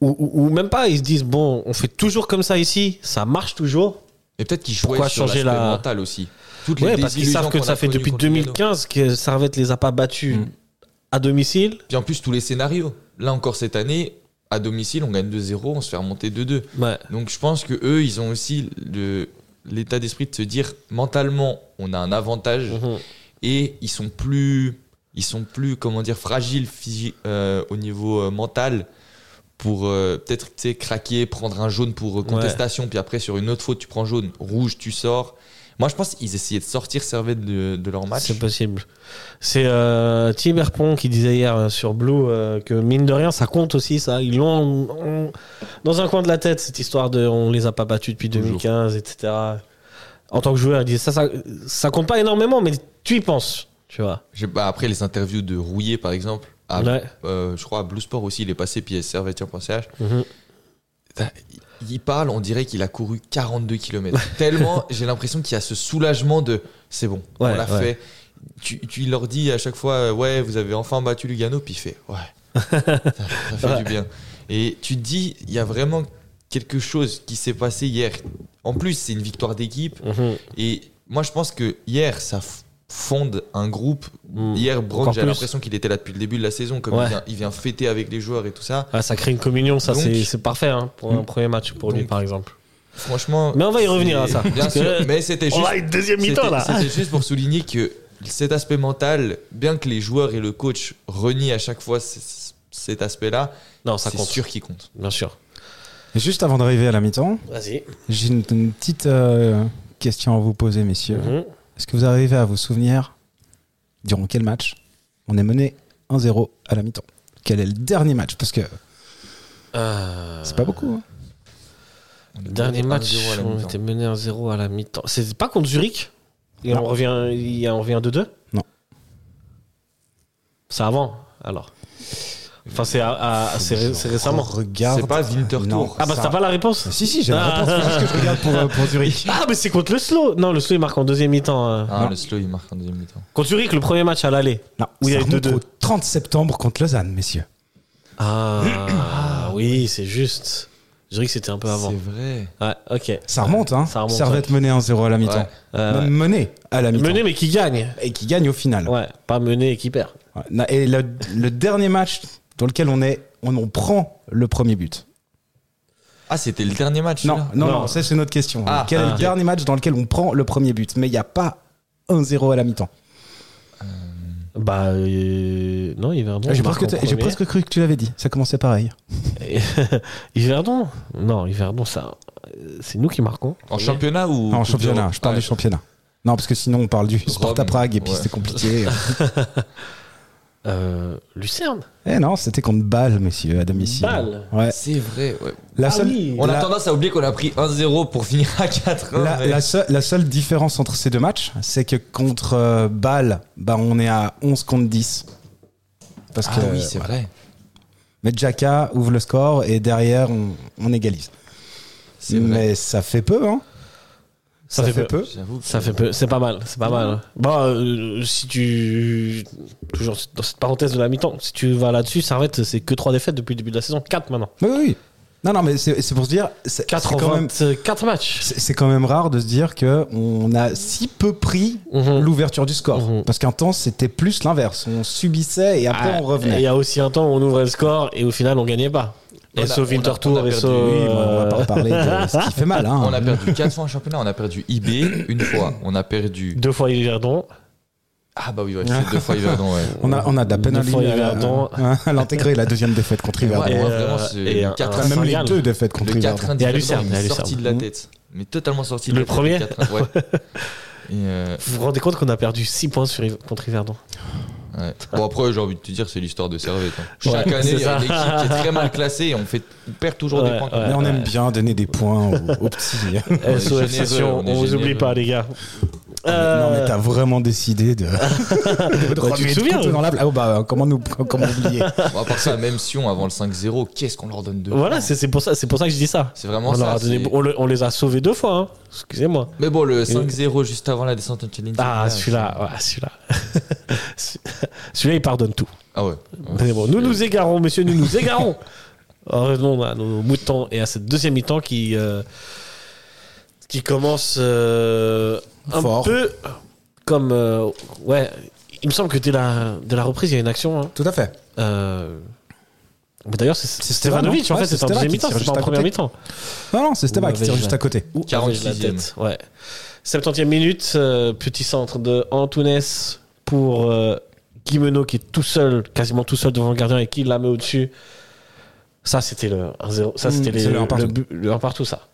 [SPEAKER 1] ou ou- ou même pas ils se disent bon on fait toujours comme ça ici ça marche toujours.
[SPEAKER 3] Mais peut-être qu'ils
[SPEAKER 1] Pourquoi
[SPEAKER 3] jouaient sur
[SPEAKER 1] changer
[SPEAKER 3] l'aspect
[SPEAKER 1] la-
[SPEAKER 3] mental aussi. Toutes les
[SPEAKER 1] Ouais parce qu'ils
[SPEAKER 3] désillusions
[SPEAKER 1] savent que
[SPEAKER 3] qu'on
[SPEAKER 1] ça
[SPEAKER 3] a
[SPEAKER 1] fait
[SPEAKER 3] connues
[SPEAKER 1] depuis
[SPEAKER 3] contre Lugano.
[SPEAKER 1] 2015 que Servette les a pas battus
[SPEAKER 2] Mm.
[SPEAKER 1] à domicile.
[SPEAKER 3] Puis en plus, tous les scénarios. Là encore cette année, à domicile, on gagne 2-0, on se fait remonter 2-2.
[SPEAKER 1] Ouais.
[SPEAKER 3] Donc je pense que eux, ils ont aussi le- l'état d'esprit de se dire mentalement, on a un avantage.
[SPEAKER 1] Mhm.
[SPEAKER 3] et ils sont plus ils sont plus comment dire fragiles physi- euh, au niveau euh, mental pour euh, peut-être tu sais, craquer prendre un jaune pour euh, contestation puis après sur une autre faute tu prends jaune rouge tu sors moi je pense qu'ils essayaient de sortir Servette de, de leur match
[SPEAKER 1] C'est possible. C'est euh, Thierry Berpon qui disait hier euh, sur Blue euh, que mine de rien, ça compte aussi, ça. Ils l'ont on- dans un coin de la tête, cette histoire de on les a pas battus depuis
[SPEAKER 3] Toujours.
[SPEAKER 1] 2015, etc. En tant que joueur, il disait ça, ça, ça compte pas énormément, mais tu y penses, tu vois.
[SPEAKER 3] Je- bah, après les interviews de Rouillé par exemple à-
[SPEAKER 1] Ouais.
[SPEAKER 3] euh, je crois à Blue Sport aussi il est passé puis à servetien.ch
[SPEAKER 1] Mhm.
[SPEAKER 3] Putain, il- il parle on dirait qu'il a couru 42 km tellement j'ai l'impression qu'il y a ce soulagement de c'est bon on
[SPEAKER 1] Ouais,
[SPEAKER 3] l'a
[SPEAKER 1] ouais.
[SPEAKER 3] fait tu, tu leur dis à chaque fois euh, ouais vous avez enfin battu Lugano puis il fait ouais ça, ça fait
[SPEAKER 1] Ouais.
[SPEAKER 3] du bien et tu te dis il y a vraiment quelque chose qui s'est passé hier en plus c'est une victoire d'équipe
[SPEAKER 1] Mhm.
[SPEAKER 3] et moi, je pense que hier, ça f- fonde un groupe.
[SPEAKER 1] Mm.
[SPEAKER 3] Hier, Brown,
[SPEAKER 1] Encore
[SPEAKER 3] j'ai
[SPEAKER 1] plus.
[SPEAKER 3] l'impression qu'il était là depuis le début de la saison. Comme
[SPEAKER 1] Ouais.
[SPEAKER 3] il, vient, il vient fêter avec les joueurs et tout ça.
[SPEAKER 1] Ah, ça crée une communion, ça
[SPEAKER 3] Donc- Mhm.
[SPEAKER 1] c'est c'est parfait hein, pour un
[SPEAKER 2] Mm.
[SPEAKER 1] premier match pour lui
[SPEAKER 3] Donc,
[SPEAKER 1] par exemple.
[SPEAKER 3] Franchement.
[SPEAKER 1] Mais on va y
[SPEAKER 3] c'est-
[SPEAKER 1] revenir à ça.
[SPEAKER 3] Bien
[SPEAKER 1] parce que
[SPEAKER 3] sûr. Mais c'était
[SPEAKER 1] on
[SPEAKER 3] juste.
[SPEAKER 1] a une deuxième mi-temps
[SPEAKER 3] C'était
[SPEAKER 1] là.
[SPEAKER 3] c'était juste pour souligner que cet aspect mental, bien que les joueurs et le coach renient à chaque fois c- c- cet aspect-là,
[SPEAKER 1] Non, ça
[SPEAKER 3] c'est
[SPEAKER 1] compte.
[SPEAKER 3] sûr qu'il compte.
[SPEAKER 1] Bien sûr.
[SPEAKER 2] Et juste avant d'arriver à la mi-temps,
[SPEAKER 1] Vas-y.
[SPEAKER 2] j'ai une, une petite euh, question à vous poser, messieurs.
[SPEAKER 1] Mhm.
[SPEAKER 2] Est-ce que vous arrivez à vous souvenir durant quel match on est mené 1-0 à la mi-temps Quel est le dernier match Parce que
[SPEAKER 1] Euh,
[SPEAKER 2] c'est pas beaucoup. hein.
[SPEAKER 3] On est
[SPEAKER 1] Dernier
[SPEAKER 3] mené
[SPEAKER 1] match,
[SPEAKER 3] 1-0 à la
[SPEAKER 1] on
[SPEAKER 3] mi-temps.
[SPEAKER 1] était mené 1-0 à la mi-temps. C'est pas contre Zurich Et
[SPEAKER 2] Non.
[SPEAKER 1] on revient, et on revient 2-2
[SPEAKER 2] Non.
[SPEAKER 1] C'est avant, alors. Enfin, c'est à- à- c'est ré- c'est récemment.
[SPEAKER 2] Regarde.
[SPEAKER 3] C'est pas Winterthur.
[SPEAKER 2] Non,
[SPEAKER 1] Ah, bah,
[SPEAKER 2] ça-
[SPEAKER 1] t'as pas la réponse
[SPEAKER 2] Si, si, j'ai la
[SPEAKER 1] Ah.
[SPEAKER 2] réponse. C'est juste que je regarde pour, euh, pour Zurich.
[SPEAKER 1] Ah, mais c'est contre le Slow Non, le Slow, il marque en deuxième mi-temps. euh.
[SPEAKER 3] Ah,
[SPEAKER 2] Non.
[SPEAKER 3] le slow, il marque en deuxième mi-temps.
[SPEAKER 1] Contre Zurich, le premier match à l'aller.
[SPEAKER 2] Non,
[SPEAKER 1] Oui, il y
[SPEAKER 2] ça
[SPEAKER 1] a eu
[SPEAKER 2] remonte
[SPEAKER 1] 2-2.
[SPEAKER 2] au 30 septembre contre Lausanne, messieurs.
[SPEAKER 1] Ah, oui, c'est juste. Zurich, c'était un peu avant.
[SPEAKER 3] C'est vrai.
[SPEAKER 1] Ouais, ok.
[SPEAKER 2] Ça remonte, hein
[SPEAKER 1] Ça remonte,
[SPEAKER 2] Servette menée 1-0 à la mi-temps.
[SPEAKER 3] Ouais.
[SPEAKER 1] Euh,
[SPEAKER 2] Même
[SPEAKER 1] ouais.
[SPEAKER 2] menée à la mi-temps.
[SPEAKER 1] Mené, mais qui gagne.
[SPEAKER 2] Et qui gagne au final.
[SPEAKER 1] Ouais, pas mené et qui perd.
[SPEAKER 2] Ouais. Na- Et le, le dernier match dans lequel on est, on, on prend le premier but.
[SPEAKER 3] Ah, c'était le dernier match
[SPEAKER 2] Non,
[SPEAKER 3] là
[SPEAKER 2] non,
[SPEAKER 1] Non.
[SPEAKER 2] non, ça c'est notre question.
[SPEAKER 3] Ah,
[SPEAKER 2] Quel est
[SPEAKER 1] ah,
[SPEAKER 2] le
[SPEAKER 1] ok.
[SPEAKER 2] dernier match dans lequel on prend le premier but Mais il n'y a pas 1-0 à la mi-temps.
[SPEAKER 1] Bah, euh, non, il y avait un bon.
[SPEAKER 2] Ah, J'ai
[SPEAKER 1] marque
[SPEAKER 2] presque,
[SPEAKER 1] en
[SPEAKER 2] j'ai
[SPEAKER 1] premier.
[SPEAKER 2] presque cru que tu l'avais dit. Ça commençait pareil.
[SPEAKER 1] Et- Yverdon Non, Yverdon, ça, euh, c'est nous qui marquons.
[SPEAKER 3] En championnat ou
[SPEAKER 2] Non, en
[SPEAKER 3] Coupe
[SPEAKER 2] championnat.
[SPEAKER 3] d'Europe
[SPEAKER 2] Je parle
[SPEAKER 3] Ouais.
[SPEAKER 2] du championnat. Non, parce que sinon on parle du Sparta
[SPEAKER 3] Rome,
[SPEAKER 2] Prague et puis
[SPEAKER 3] ouais.
[SPEAKER 2] c'est compliqué.
[SPEAKER 1] Euh, Lucerne
[SPEAKER 2] eh non, c'était contre Bâle, messieurs, à domicile.
[SPEAKER 1] Bâle
[SPEAKER 2] Ouais.
[SPEAKER 3] C'est vrai, ouais.
[SPEAKER 2] La
[SPEAKER 1] Ah
[SPEAKER 2] seule,
[SPEAKER 1] oui.
[SPEAKER 3] On
[SPEAKER 2] la-
[SPEAKER 3] a tendance à oublier qu'on a pris 1-0 pour finir à 4
[SPEAKER 2] La, la seu- la seule différence entre ces deux matchs, c'est que contre euh, Bâle, bah, on est à 11 contre 10. Parce
[SPEAKER 3] Ah
[SPEAKER 2] que,
[SPEAKER 3] oui, c'est vrai.
[SPEAKER 2] Mais Jaka ouvre le score et derrière, on, on égalise.
[SPEAKER 3] C'est vrai.
[SPEAKER 2] Mais ça fait peu, hein
[SPEAKER 1] Ça fait peu.
[SPEAKER 3] J'avoue que-
[SPEAKER 1] Ça fait peu, c'est pas mal, c'est pas mal. Bon, euh, si tu. Toujours dans cette parenthèse de la mi-temps, si tu vas là-dessus, Servette, c'est que 3 défaites depuis le début de la saison, 4 maintenant.
[SPEAKER 2] Oui, oui, oui. Non, non, mais c'est c'est pour se dire, c'est c'est
[SPEAKER 1] 4 en
[SPEAKER 2] quand, même-
[SPEAKER 1] 24 matchs.
[SPEAKER 2] c'est- c'est quand même rare de se dire que on a si peu pris
[SPEAKER 1] Mhm.
[SPEAKER 2] l'ouverture du score.
[SPEAKER 1] Mhm.
[SPEAKER 2] Parce qu'un temps, c'était plus l'inverse. On subissait et
[SPEAKER 1] Ah,
[SPEAKER 2] après, on
[SPEAKER 1] et Il
[SPEAKER 2] revenait.
[SPEAKER 1] y a aussi un temps où on ouvrait le score et au final on gagnait pas.
[SPEAKER 3] On
[SPEAKER 1] Et
[SPEAKER 3] a- on
[SPEAKER 1] sauf
[SPEAKER 3] a- on
[SPEAKER 1] Winterthur,
[SPEAKER 3] a
[SPEAKER 1] et
[SPEAKER 3] perdu,
[SPEAKER 1] sauf.
[SPEAKER 2] Oui, mais on
[SPEAKER 1] euh,
[SPEAKER 2] va pas parler de ce qui fait mal. Hein.
[SPEAKER 3] On a perdu 4 fois en championnat. On a perdu IB une fois. On a perdu.
[SPEAKER 1] Deux fois Yverdon.
[SPEAKER 3] Ah bah oui, ouais, c'est deux fois Yverdon, ouais.
[SPEAKER 2] On a, on a de la peine à
[SPEAKER 1] Deux fois
[SPEAKER 2] l'in-
[SPEAKER 1] Yverdon.
[SPEAKER 2] à- à l'intégrer la deuxième défaite contre
[SPEAKER 3] Ouais,
[SPEAKER 2] Yverdon.
[SPEAKER 3] ouais,
[SPEAKER 1] euh,
[SPEAKER 3] vraiment, c'est
[SPEAKER 1] et un-
[SPEAKER 3] quatre-
[SPEAKER 1] un-
[SPEAKER 2] Enfin, même les
[SPEAKER 1] Saint-Gall.
[SPEAKER 2] deux défaites contre
[SPEAKER 3] Le
[SPEAKER 2] Yverdon.
[SPEAKER 3] 4-1
[SPEAKER 1] Et à
[SPEAKER 3] d'Yverdon,
[SPEAKER 1] Lucerne,
[SPEAKER 3] il
[SPEAKER 1] et à
[SPEAKER 3] est
[SPEAKER 1] Lucerne. Mmh.
[SPEAKER 3] sorti de la tête. Mais totalement sorti de
[SPEAKER 1] Le
[SPEAKER 3] la tête,
[SPEAKER 1] premier
[SPEAKER 3] 4-1, ouais. Et, euh,
[SPEAKER 1] Vous vous rendez compte qu'on a perdu 6 points sur, Yv- contre Yverdon
[SPEAKER 3] ouais. Bon après j'ai envie de te dire c'est l'histoire de Servette. hein.
[SPEAKER 1] Ouais,
[SPEAKER 3] Chaque année il y a
[SPEAKER 1] c'est
[SPEAKER 3] une
[SPEAKER 1] ça.
[SPEAKER 3] équipe qui est très mal classée et on, fait, on perd toujours
[SPEAKER 1] Ouais,
[SPEAKER 3] des points. quand
[SPEAKER 1] ouais.
[SPEAKER 2] Mais
[SPEAKER 3] même.
[SPEAKER 2] on aime bien donner des points aux, aux petits. hein.
[SPEAKER 3] On est
[SPEAKER 1] SOS
[SPEAKER 3] généreux,
[SPEAKER 1] Session,
[SPEAKER 3] on est
[SPEAKER 1] on vous oublie
[SPEAKER 3] généreux.
[SPEAKER 1] pas, les gars.
[SPEAKER 2] Non, Ah, mais
[SPEAKER 1] Euh,
[SPEAKER 2] t'as vraiment décidé de. de- de
[SPEAKER 1] Bah, tu te
[SPEAKER 2] relever le
[SPEAKER 1] souviens,
[SPEAKER 2] couteau dans la blague. Oh, bah, comment, nous, comment oublier
[SPEAKER 3] Bon, à part ça, même Sion avant le 5-0, qu'est-ce qu'on leur donne de
[SPEAKER 1] Euh, Voilà,
[SPEAKER 3] points
[SPEAKER 1] c'est c'est pour, ça- c'est pour ça que je dis ça.
[SPEAKER 3] C'est vraiment
[SPEAKER 1] On, leur
[SPEAKER 3] ça.
[SPEAKER 1] a donné-
[SPEAKER 3] c'est-
[SPEAKER 1] on le- on les a sauvés deux fois, hein. excusez-moi.
[SPEAKER 3] Mais bon, le 5-0 juste avant la descente en challenge.
[SPEAKER 1] Ah,
[SPEAKER 3] là,
[SPEAKER 1] celui-là, ouais, celui-là. celui-là, il pardonne tout.
[SPEAKER 3] c'est- Ah ouais.
[SPEAKER 1] Mais bon, nous nous égarons, monsieur, nous nous égarons. Revenons à nos moutons et à cette deuxième mi-temps qui, euh, qui commence euh, un
[SPEAKER 2] Fort.
[SPEAKER 1] peu comme. euh, ouais, il me semble que dès la, dès la reprise, il y a une action. hein.
[SPEAKER 2] Tout à fait.
[SPEAKER 1] Euh, Mais d'ailleurs, c'est c'est
[SPEAKER 2] Stella,
[SPEAKER 1] Stevanovic,
[SPEAKER 2] non
[SPEAKER 1] en
[SPEAKER 2] Ouais,
[SPEAKER 1] fait,
[SPEAKER 2] c'est
[SPEAKER 1] c'est en
[SPEAKER 2] Stella
[SPEAKER 1] deuxième
[SPEAKER 2] qui
[SPEAKER 1] mi-temps,
[SPEAKER 2] tire
[SPEAKER 1] c'est pas en
[SPEAKER 2] juste à
[SPEAKER 1] première
[SPEAKER 2] côté.
[SPEAKER 1] mi-temps.
[SPEAKER 2] Non, non, c'est Steba qui tire
[SPEAKER 1] Mauvais
[SPEAKER 2] juste
[SPEAKER 1] jeu.
[SPEAKER 2] à côté.
[SPEAKER 1] Où
[SPEAKER 3] 46e.
[SPEAKER 1] avais-je la tête Ouais. 70e minute, euh, petit centre de Antunes pour euh, Guimeno qui est tout seul, quasiment tout seul devant le gardien et qui la met au-dessus. Ça, c'était le 1-0. Ça,
[SPEAKER 2] Mm,
[SPEAKER 1] c'était
[SPEAKER 2] c'est
[SPEAKER 1] les-
[SPEAKER 2] le un partout.
[SPEAKER 1] le but- le 1 partout, ça.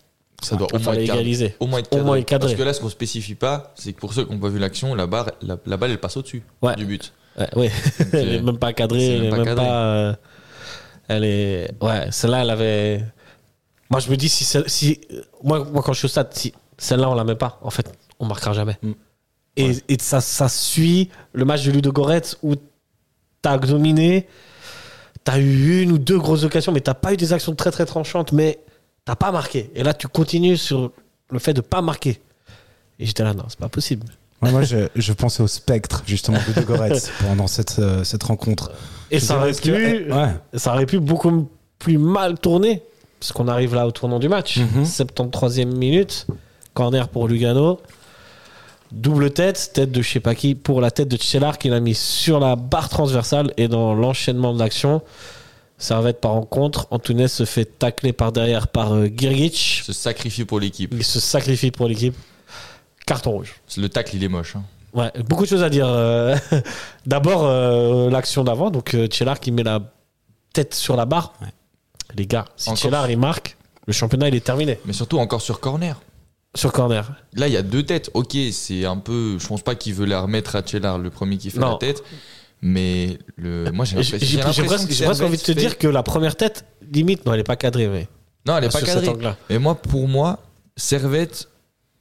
[SPEAKER 3] Ça doit au
[SPEAKER 1] Il
[SPEAKER 3] moins
[SPEAKER 1] fallait
[SPEAKER 3] être cadré.
[SPEAKER 1] égaliser.
[SPEAKER 3] Au moins être
[SPEAKER 1] Au moins être cadré.
[SPEAKER 3] Parce que là, ce qu'on spécifie pas, c'est que pour ceux qui n'ont pas vu l'action, la, barre, la, la balle elle passe au-dessus
[SPEAKER 1] Ouais.
[SPEAKER 3] du but.
[SPEAKER 1] Ouais, ouais. elle est
[SPEAKER 3] Ok.
[SPEAKER 1] même pas
[SPEAKER 3] C'est
[SPEAKER 1] cadrée, elle
[SPEAKER 3] même
[SPEAKER 1] est
[SPEAKER 3] pas
[SPEAKER 1] même
[SPEAKER 3] cadré.
[SPEAKER 1] pas. euh, elle est. Ouais, celle-là, elle avait. Moi, je me dis, si. celle- si moi, moi, quand je suis au stade, si celle-là, on la met pas, en fait, on marquera jamais.
[SPEAKER 2] Mm.
[SPEAKER 1] Et, et ça, ça suit le match de Ludo Goretz où t'as dominé, t'as eu une ou deux grosses occasions, mais t'as pas eu des actions très très tranchantes, mais t'as pas marqué. Et là, tu continues sur le fait de pas marquer. Et j'étais là, non, c'est pas possible.
[SPEAKER 2] Ouais, moi, je, je pensais au spectre, justement, de De Goretz pendant cette, euh, cette rencontre.
[SPEAKER 1] Et
[SPEAKER 2] Je
[SPEAKER 1] ça
[SPEAKER 2] dirais,
[SPEAKER 1] aurait
[SPEAKER 2] est-ce que-
[SPEAKER 1] pu-
[SPEAKER 2] Ouais.
[SPEAKER 1] ça aurait pu beaucoup m- plus mal tourner. Parce qu'on arrive là au tournant du match.
[SPEAKER 2] Mhm.
[SPEAKER 1] 73e minute. Corner pour Lugano. Double tête, tête de je sais pas qui, pour la tête de Tchellar qu'il a mis sur la barre transversale et dans l'enchaînement de l'action. Servette part en contre. Antunes se fait tacler par derrière par euh, Girgic.
[SPEAKER 3] Se sacrifie pour l'équipe.
[SPEAKER 1] Il se sacrifie pour l'équipe. Carton rouge.
[SPEAKER 3] Le tacle, il est moche. hein.
[SPEAKER 1] Ouais, beaucoup de choses à dire. euh, D'abord, euh, l'action d'avant. Donc, euh, Tchellar qui met la tête sur la barre. Les gars, si
[SPEAKER 3] Encore.
[SPEAKER 1] Tchellar il marque, le championnat il est terminé.
[SPEAKER 3] Mais surtout, encore sur corner.
[SPEAKER 1] Sur corner.
[SPEAKER 3] Là, il y a deux têtes. Ok, c'est un peu. Je pense pas qu'il veut la remettre à Chellar, le premier qui fait
[SPEAKER 1] Non.
[SPEAKER 3] la tête. Mais le... moi, j'ai
[SPEAKER 1] J'ai
[SPEAKER 3] l'impression
[SPEAKER 1] j'ai
[SPEAKER 3] j'ai l'impression
[SPEAKER 1] presque
[SPEAKER 3] que
[SPEAKER 1] j'ai presque envie de
[SPEAKER 3] Servette
[SPEAKER 1] te
[SPEAKER 3] fait-
[SPEAKER 1] dire que la première tête, limite, non, elle est pas cadrée, mais
[SPEAKER 3] Non, elle est pas
[SPEAKER 1] sur
[SPEAKER 3] cadrée.
[SPEAKER 1] cet angle-là.
[SPEAKER 3] Mais moi, pour moi, Servette,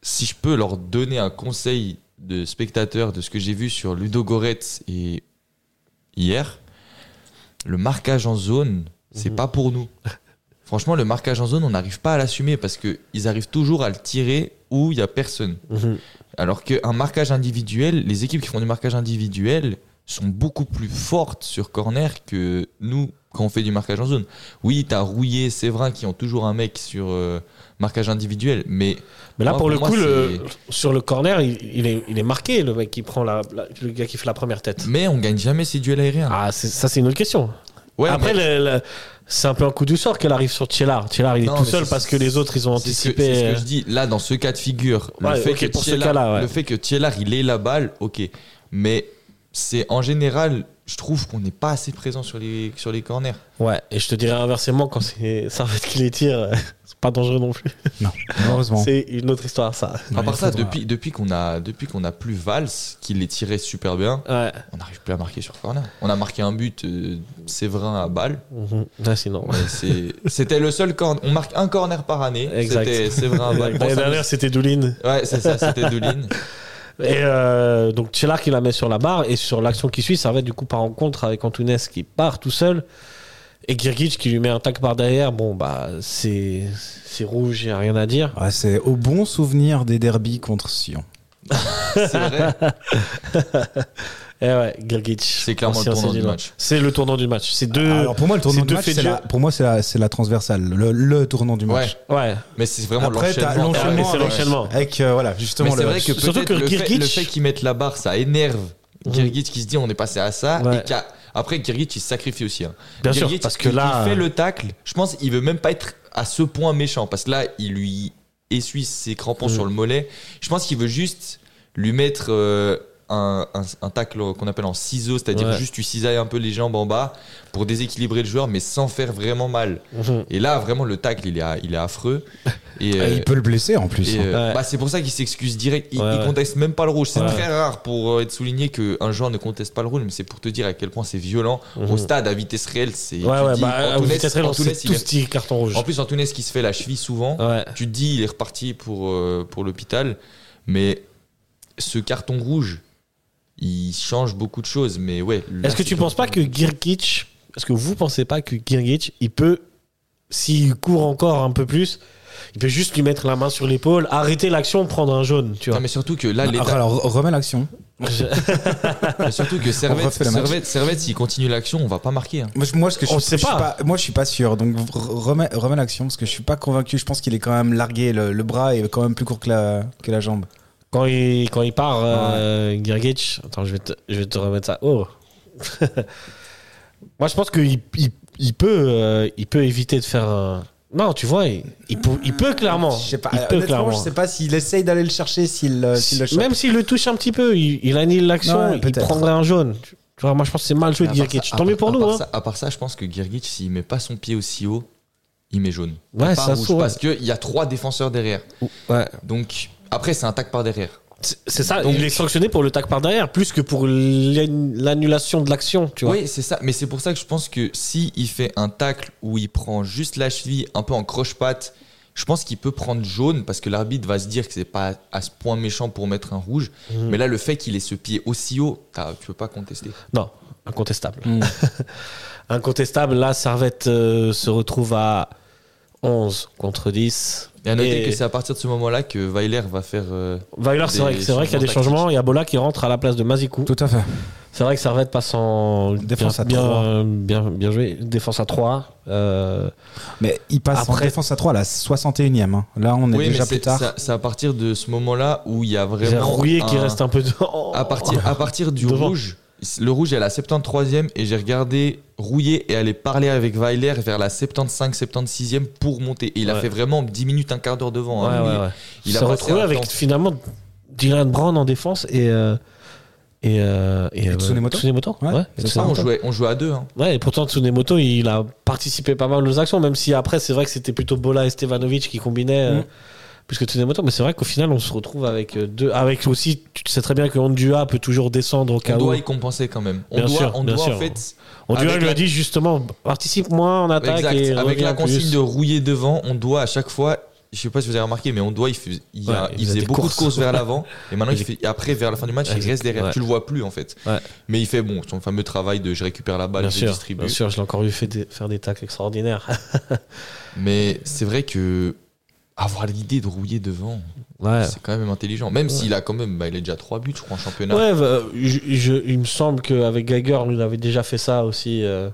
[SPEAKER 3] si je peux leur donner un conseil de spectateur de ce que j'ai vu sur Ludo Goretz et hier, le marquage en zone, c'est
[SPEAKER 1] Mhm.
[SPEAKER 3] pas pour nous. Franchement, le marquage en zone, on n'arrive pas à l'assumer parce qu'ils arrivent toujours à le tirer où il n'y a personne.
[SPEAKER 1] Mhm.
[SPEAKER 3] Alors qu'un marquage individuel, les équipes qui font du marquage individuel sont beaucoup plus fortes sur corner que nous quand on fait du marquage en zone. Oui, t'as Rouillé, Séverin qui ont toujours un mec sur euh, marquage individuel, mais
[SPEAKER 1] Mais là, pour
[SPEAKER 3] Moi, pour
[SPEAKER 1] le
[SPEAKER 3] moi,
[SPEAKER 1] coup, le- sur le corner, il, il est, il est marqué, le mec qui prend la, la- le gars qui fait la première tête.
[SPEAKER 3] mais on gagne jamais ces duels aériens.
[SPEAKER 1] Ah, c'est- ça, c'est une autre question.
[SPEAKER 3] ouais,
[SPEAKER 1] Après,
[SPEAKER 3] mais
[SPEAKER 1] le- le- c'est un peu un coup du sort qu'elle arrive sur Tchellar. Tchellar, il est
[SPEAKER 3] Non,
[SPEAKER 1] tout
[SPEAKER 3] mais
[SPEAKER 1] seul
[SPEAKER 3] c'est-
[SPEAKER 1] parce que les autres, ils ont
[SPEAKER 3] c'est ce, que,
[SPEAKER 1] anticipé.
[SPEAKER 3] c'est ce
[SPEAKER 1] euh,
[SPEAKER 3] que je dis. Là, dans ce cas de figure,
[SPEAKER 1] Ouais,
[SPEAKER 3] le, fait
[SPEAKER 1] ok,
[SPEAKER 3] que
[SPEAKER 1] pour ce
[SPEAKER 3] Thielard-
[SPEAKER 1] cas-là, ouais.
[SPEAKER 3] le fait que Thielard, il ait la balle, ok. Mais c'est en général, je trouve qu'on n'est pas assez présent sur les, sur les corners.
[SPEAKER 1] Ouais, et je te dirais inversement, quand c'est Servette qui les tire, euh, c'est pas dangereux non plus.
[SPEAKER 2] Non, malheureusement.
[SPEAKER 1] C'est une autre histoire, ça.
[SPEAKER 3] à
[SPEAKER 2] Ouais,
[SPEAKER 3] part
[SPEAKER 2] il
[SPEAKER 3] ça,
[SPEAKER 2] faudra-
[SPEAKER 3] depuis, depuis qu'on a, depuis qu'on a plus Valls, qui les tirait super bien,
[SPEAKER 1] Ouais.
[SPEAKER 3] on n'arrive plus à marquer sur corner. On a marqué un but euh, Séverin à balle.
[SPEAKER 1] Mhm. Ouais, sinon.
[SPEAKER 3] mais c'est- C'était le seul corner. On marque un corner par année.
[SPEAKER 1] Exact.
[SPEAKER 3] C'était Séverin à balle. Bon,
[SPEAKER 1] L'année
[SPEAKER 3] ça
[SPEAKER 1] dernière, c'était Doulin.
[SPEAKER 3] nous- ouais, c'est ça, c'était deux lignes.
[SPEAKER 1] Et euh, donc Tchellar qui la met sur la barre et sur l'action qui suit, ça va être du coup par rencontre avec Antunes qui part tout seul et Girgic qui lui met un tac par derrière. Bon bah c'est c'est rouge, y a rien à dire.
[SPEAKER 2] Ouais, c'est au bon souvenir des derbies contre Sion.
[SPEAKER 3] C'est vrai.
[SPEAKER 1] Et ouais, Girgic.
[SPEAKER 3] C'est clairement
[SPEAKER 1] ancien
[SPEAKER 3] le tournant
[SPEAKER 1] Cédillon.
[SPEAKER 3] du match.
[SPEAKER 1] C'est le tournant du match. C'est deux.
[SPEAKER 2] Alors pour moi, le tournant
[SPEAKER 1] Euh, c'est
[SPEAKER 2] du
[SPEAKER 1] deux
[SPEAKER 2] match,
[SPEAKER 1] faits de
[SPEAKER 2] c'est la,
[SPEAKER 1] jeu.
[SPEAKER 2] pour moi, c'est la, c'est la transversale, le, le tournant du match.
[SPEAKER 3] Ouais.
[SPEAKER 1] Ouais.
[SPEAKER 3] Mais c'est vraiment
[SPEAKER 2] Après, t'as
[SPEAKER 3] l'enchaînement. Ah,
[SPEAKER 1] l'enchaînement
[SPEAKER 2] l'enchaînement
[SPEAKER 1] c'est
[SPEAKER 2] avec-
[SPEAKER 1] l'enchaînement.
[SPEAKER 2] Avec euh, voilà, justement
[SPEAKER 3] Mais c'est
[SPEAKER 2] le-
[SPEAKER 3] vrai que
[SPEAKER 1] Surtout
[SPEAKER 3] peut-être
[SPEAKER 1] que
[SPEAKER 3] le, fait,
[SPEAKER 1] Kirgic-
[SPEAKER 3] le fait qu'ils mettent la barre, ça énerve
[SPEAKER 1] Mhm.
[SPEAKER 3] Kirgic qui se dit on est passé à ça.
[SPEAKER 1] Ouais.
[SPEAKER 3] Et qu'à- après, Kirgic il se sacrifie aussi. hein.
[SPEAKER 1] Bien sûr,
[SPEAKER 3] Gerrit,
[SPEAKER 1] parce que
[SPEAKER 3] il-
[SPEAKER 1] là,
[SPEAKER 3] il
[SPEAKER 1] euh,
[SPEAKER 3] fait le tacle. Je pense il veut même pas être à ce point méchant parce que là, il lui essuie ses crampons
[SPEAKER 1] Mm.
[SPEAKER 3] sur le mollet. Je pense qu'il veut juste lui mettre euh, un, un- un tacle qu'on appelle en ciseau, c'est-à-dire
[SPEAKER 1] Ouais.
[SPEAKER 3] juste tu cisailles un peu les jambes en bas pour déséquilibrer le joueur, mais sans faire vraiment mal.
[SPEAKER 1] Mhm.
[SPEAKER 3] Et là, vraiment, le tacle, il est, à- il est affreux. Et,
[SPEAKER 2] Et
[SPEAKER 1] Ah,
[SPEAKER 3] euh,
[SPEAKER 2] Ah, il peut le blesser en plus.
[SPEAKER 3] et,
[SPEAKER 2] hein.
[SPEAKER 3] euh,
[SPEAKER 1] Ouais.
[SPEAKER 3] bah, c'est pour ça qu'il s'excuse direct. Il,
[SPEAKER 1] Ouais,
[SPEAKER 3] il
[SPEAKER 1] ouais.
[SPEAKER 3] conteste même pas le rouge. C'est
[SPEAKER 1] Ouais.
[SPEAKER 3] très rare pour euh, être souligné qu'un joueur ne conteste pas le rouge, mais c'est pour te dire à quel point c'est violent.
[SPEAKER 1] Mhm.
[SPEAKER 3] Au stade, à vitesse réelle, c'est. tu
[SPEAKER 1] Ouais ouais.
[SPEAKER 3] dis,
[SPEAKER 1] Bah,
[SPEAKER 3] Antunes-
[SPEAKER 1] vous êtes très
[SPEAKER 3] Antunes, il
[SPEAKER 1] tous
[SPEAKER 3] est-
[SPEAKER 1] petits carton rouge.
[SPEAKER 3] En plus, Antunes qui se fait la cheville souvent,
[SPEAKER 1] Ouais.
[SPEAKER 3] tu te dis il est reparti pour, euh, pour l'hôpital, mais ce carton rouge, il change beaucoup de choses. Mais ouais. là,
[SPEAKER 1] Est-ce que
[SPEAKER 3] c'est
[SPEAKER 1] tu penses pas que Girgic, est-ce que vous pensez pas que Girgic, il peut, s'il court encore un peu plus, il peut juste lui mettre la main sur l'épaule, arrêter l'action, prendre un jaune, tu vois.
[SPEAKER 3] Non, mais surtout que
[SPEAKER 1] Ah,
[SPEAKER 3] là,
[SPEAKER 2] Alors,
[SPEAKER 3] l'état-
[SPEAKER 2] alors, remet l'action.
[SPEAKER 1] Je-
[SPEAKER 3] mais surtout que Servette,
[SPEAKER 2] refait le match.
[SPEAKER 3] Servette, Servette, s'il continue l'action, on va pas marquer. hein.
[SPEAKER 2] Moi, je- moi, ce que je,
[SPEAKER 1] On
[SPEAKER 2] je
[SPEAKER 1] sait
[SPEAKER 2] suis
[SPEAKER 1] pas.
[SPEAKER 2] pas. Moi, je suis pas sûr. Donc, re- remets, remets l'action parce que je suis pas convaincu. Je pense qu'il est quand même largué. Le, le bras est quand même plus court que la, que la jambe.
[SPEAKER 1] quand, il, quand il part, euh, Girgic, attends, je vais, te, je vais te remettre ça. Oh Moi, je pense qu'il il, il peut, euh, il peut éviter de faire un. Non, tu vois, il, il peut, il peut clairement.
[SPEAKER 2] Je sais pas.
[SPEAKER 1] Il
[SPEAKER 2] euh,
[SPEAKER 1] peut
[SPEAKER 2] honnêtement,
[SPEAKER 1] clairement.
[SPEAKER 2] je sais pas s'il essaye d'aller le chercher, s'il euh, s'il le chope.
[SPEAKER 1] Même s'il le touche un petit peu, il, il annule l'action,
[SPEAKER 2] Ouais,
[SPEAKER 1] il
[SPEAKER 2] peut-être.
[SPEAKER 1] prendrait un jaune. Tu vois, moi, je pense que c'est mal joué de
[SPEAKER 3] Mais Ah, à part
[SPEAKER 1] Girgic.
[SPEAKER 3] ça-
[SPEAKER 1] Tant
[SPEAKER 3] à
[SPEAKER 1] mieux pour
[SPEAKER 3] part- à
[SPEAKER 1] nous.
[SPEAKER 3] part
[SPEAKER 1] hein.
[SPEAKER 3] ça- à part ça, je pense que Girgic, s'il met pas son pied aussi haut, il met jaune.
[SPEAKER 1] Ouais,
[SPEAKER 3] Pas
[SPEAKER 1] ça
[SPEAKER 3] rouge,
[SPEAKER 1] se
[SPEAKER 3] parce qu'il y a trois défenseurs derrière. Donc après, c'est un tac par derrière.
[SPEAKER 1] C'est c'est ça,
[SPEAKER 3] Donc-
[SPEAKER 1] il est sanctionné pour le tac par derrière, plus que pour l'an- l'annulation de l'action, tu vois.
[SPEAKER 3] Oui, c'est ça. Mais c'est pour ça que je pense que si il fait un tacle où il prend juste la cheville, un peu en croche-patte, je pense qu'il peut prendre jaune parce que l'arbitre va se dire que c'est pas à ce point méchant pour mettre un rouge.
[SPEAKER 1] Mhm.
[SPEAKER 3] Mais là, le fait qu'il ait ce pied aussi haut, t'as- tu peux pas contester.
[SPEAKER 1] Non, incontestable.
[SPEAKER 2] Mm.
[SPEAKER 1] Incontestable, là, Servette euh, se retrouve à 11 contre 10.
[SPEAKER 3] Et à noter
[SPEAKER 1] Et-
[SPEAKER 3] que c'est à partir de ce moment-là que Weiler va faire. euh,
[SPEAKER 1] Weiler, c'est
[SPEAKER 3] Des
[SPEAKER 1] vrai, que- c'est vrai qu'il y a des
[SPEAKER 3] changements
[SPEAKER 1] changements. Il y a Bola qui rentre à la place de Mazikou.
[SPEAKER 2] Tout à fait.
[SPEAKER 1] C'est vrai que Servette passe en
[SPEAKER 2] Défense
[SPEAKER 1] bien,
[SPEAKER 2] à trois.
[SPEAKER 1] Bien, bien, bien joué. Défense à Euh, 3.
[SPEAKER 2] Mais il passe en
[SPEAKER 1] Après-
[SPEAKER 2] défense à 3, la 61ème. hein. Là, on est
[SPEAKER 3] Oui, mais
[SPEAKER 2] déjà
[SPEAKER 3] c'est-
[SPEAKER 2] plus tard.
[SPEAKER 3] ça- C'est à partir de ce moment-là où il y a
[SPEAKER 1] J'ai
[SPEAKER 3] vraiment.
[SPEAKER 1] rouillé qui
[SPEAKER 3] un-
[SPEAKER 1] reste un peu devant.
[SPEAKER 3] À partir, à partir du
[SPEAKER 1] Devant.
[SPEAKER 3] rouge, le rouge est à la 73e et j'ai regardé Rouillé et aller parler avec Weiler vers la 75-76e pour monter. Et il a
[SPEAKER 1] Ouais.
[SPEAKER 3] fait vraiment 10 minutes, un quart d'heure devant.
[SPEAKER 1] Ouais,
[SPEAKER 3] hein.
[SPEAKER 1] ouais, ouais.
[SPEAKER 3] Il
[SPEAKER 1] Il
[SPEAKER 3] a
[SPEAKER 1] s'est
[SPEAKER 3] passé
[SPEAKER 1] retrouvé
[SPEAKER 3] un
[SPEAKER 1] avec
[SPEAKER 3] temps.
[SPEAKER 1] finalement Dylan Brown en défense et. euh, et, euh, et, euh,
[SPEAKER 2] Tsunemoto Ouais,
[SPEAKER 1] ouais.
[SPEAKER 2] c'est
[SPEAKER 3] Ah, on,
[SPEAKER 2] Sympa.
[SPEAKER 3] jouait, on jouait à deux. hein.
[SPEAKER 1] Ouais, et pourtant Tsunemoto, il a participé pas mal aux actions, même si après, c'est vrai que c'était plutôt Bola et Stevanovic qui combinaient euh,
[SPEAKER 2] Mm.
[SPEAKER 1] plus que Tsunemoto, mais c'est vrai qu'au final, on se retrouve avec euh, deux. Avec aussi, tu sais très bien que Ondua peut toujours descendre au
[SPEAKER 3] On
[SPEAKER 1] cas où.
[SPEAKER 3] doit y compenser quand même. On
[SPEAKER 1] Bien
[SPEAKER 3] doit,
[SPEAKER 1] sûr,
[SPEAKER 3] on
[SPEAKER 1] bien
[SPEAKER 3] doit
[SPEAKER 1] sûr.
[SPEAKER 3] en fait.
[SPEAKER 1] Ondua
[SPEAKER 3] avec
[SPEAKER 1] lui a
[SPEAKER 3] la-
[SPEAKER 1] dit justement, participe moins en attaque.
[SPEAKER 3] Exact.
[SPEAKER 1] et
[SPEAKER 3] avec
[SPEAKER 1] Ah, reviens
[SPEAKER 3] la
[SPEAKER 1] plus.
[SPEAKER 3] consigne de rouiller devant, on doit à chaque fois. Je sais pas si vous avez remarqué, mais on doit. Il, fais- il, a-
[SPEAKER 1] Ouais, il
[SPEAKER 3] il
[SPEAKER 1] faisait
[SPEAKER 3] faisait
[SPEAKER 1] des
[SPEAKER 3] beaucoup
[SPEAKER 1] courses.
[SPEAKER 3] de courses vers l'avant, et maintenant il
[SPEAKER 1] Il-
[SPEAKER 3] fait, et après vers la fin du match, il
[SPEAKER 1] Exact.
[SPEAKER 3] reste derrière.
[SPEAKER 1] Ouais.
[SPEAKER 3] Tu le vois plus en fait.
[SPEAKER 1] Ouais.
[SPEAKER 3] Mais il fait bon son fameux travail de je récupère la balle,
[SPEAKER 1] Bien
[SPEAKER 3] je
[SPEAKER 1] sûr,
[SPEAKER 3] distribue.
[SPEAKER 1] bien sûr, je l'ai encore vu fait des- faire des tacles extraordinaires.
[SPEAKER 3] Mais c'est vrai que avoir l'idée de rouiller devant,
[SPEAKER 1] ouais.
[SPEAKER 3] c'est quand même intelligent. Même s'il a quand même, bah, il a déjà trois buts, je crois, en championnat.
[SPEAKER 1] Ouais, bah, je- je- il me semble qu'avec Geiger, on avait déjà fait ça aussi. euh,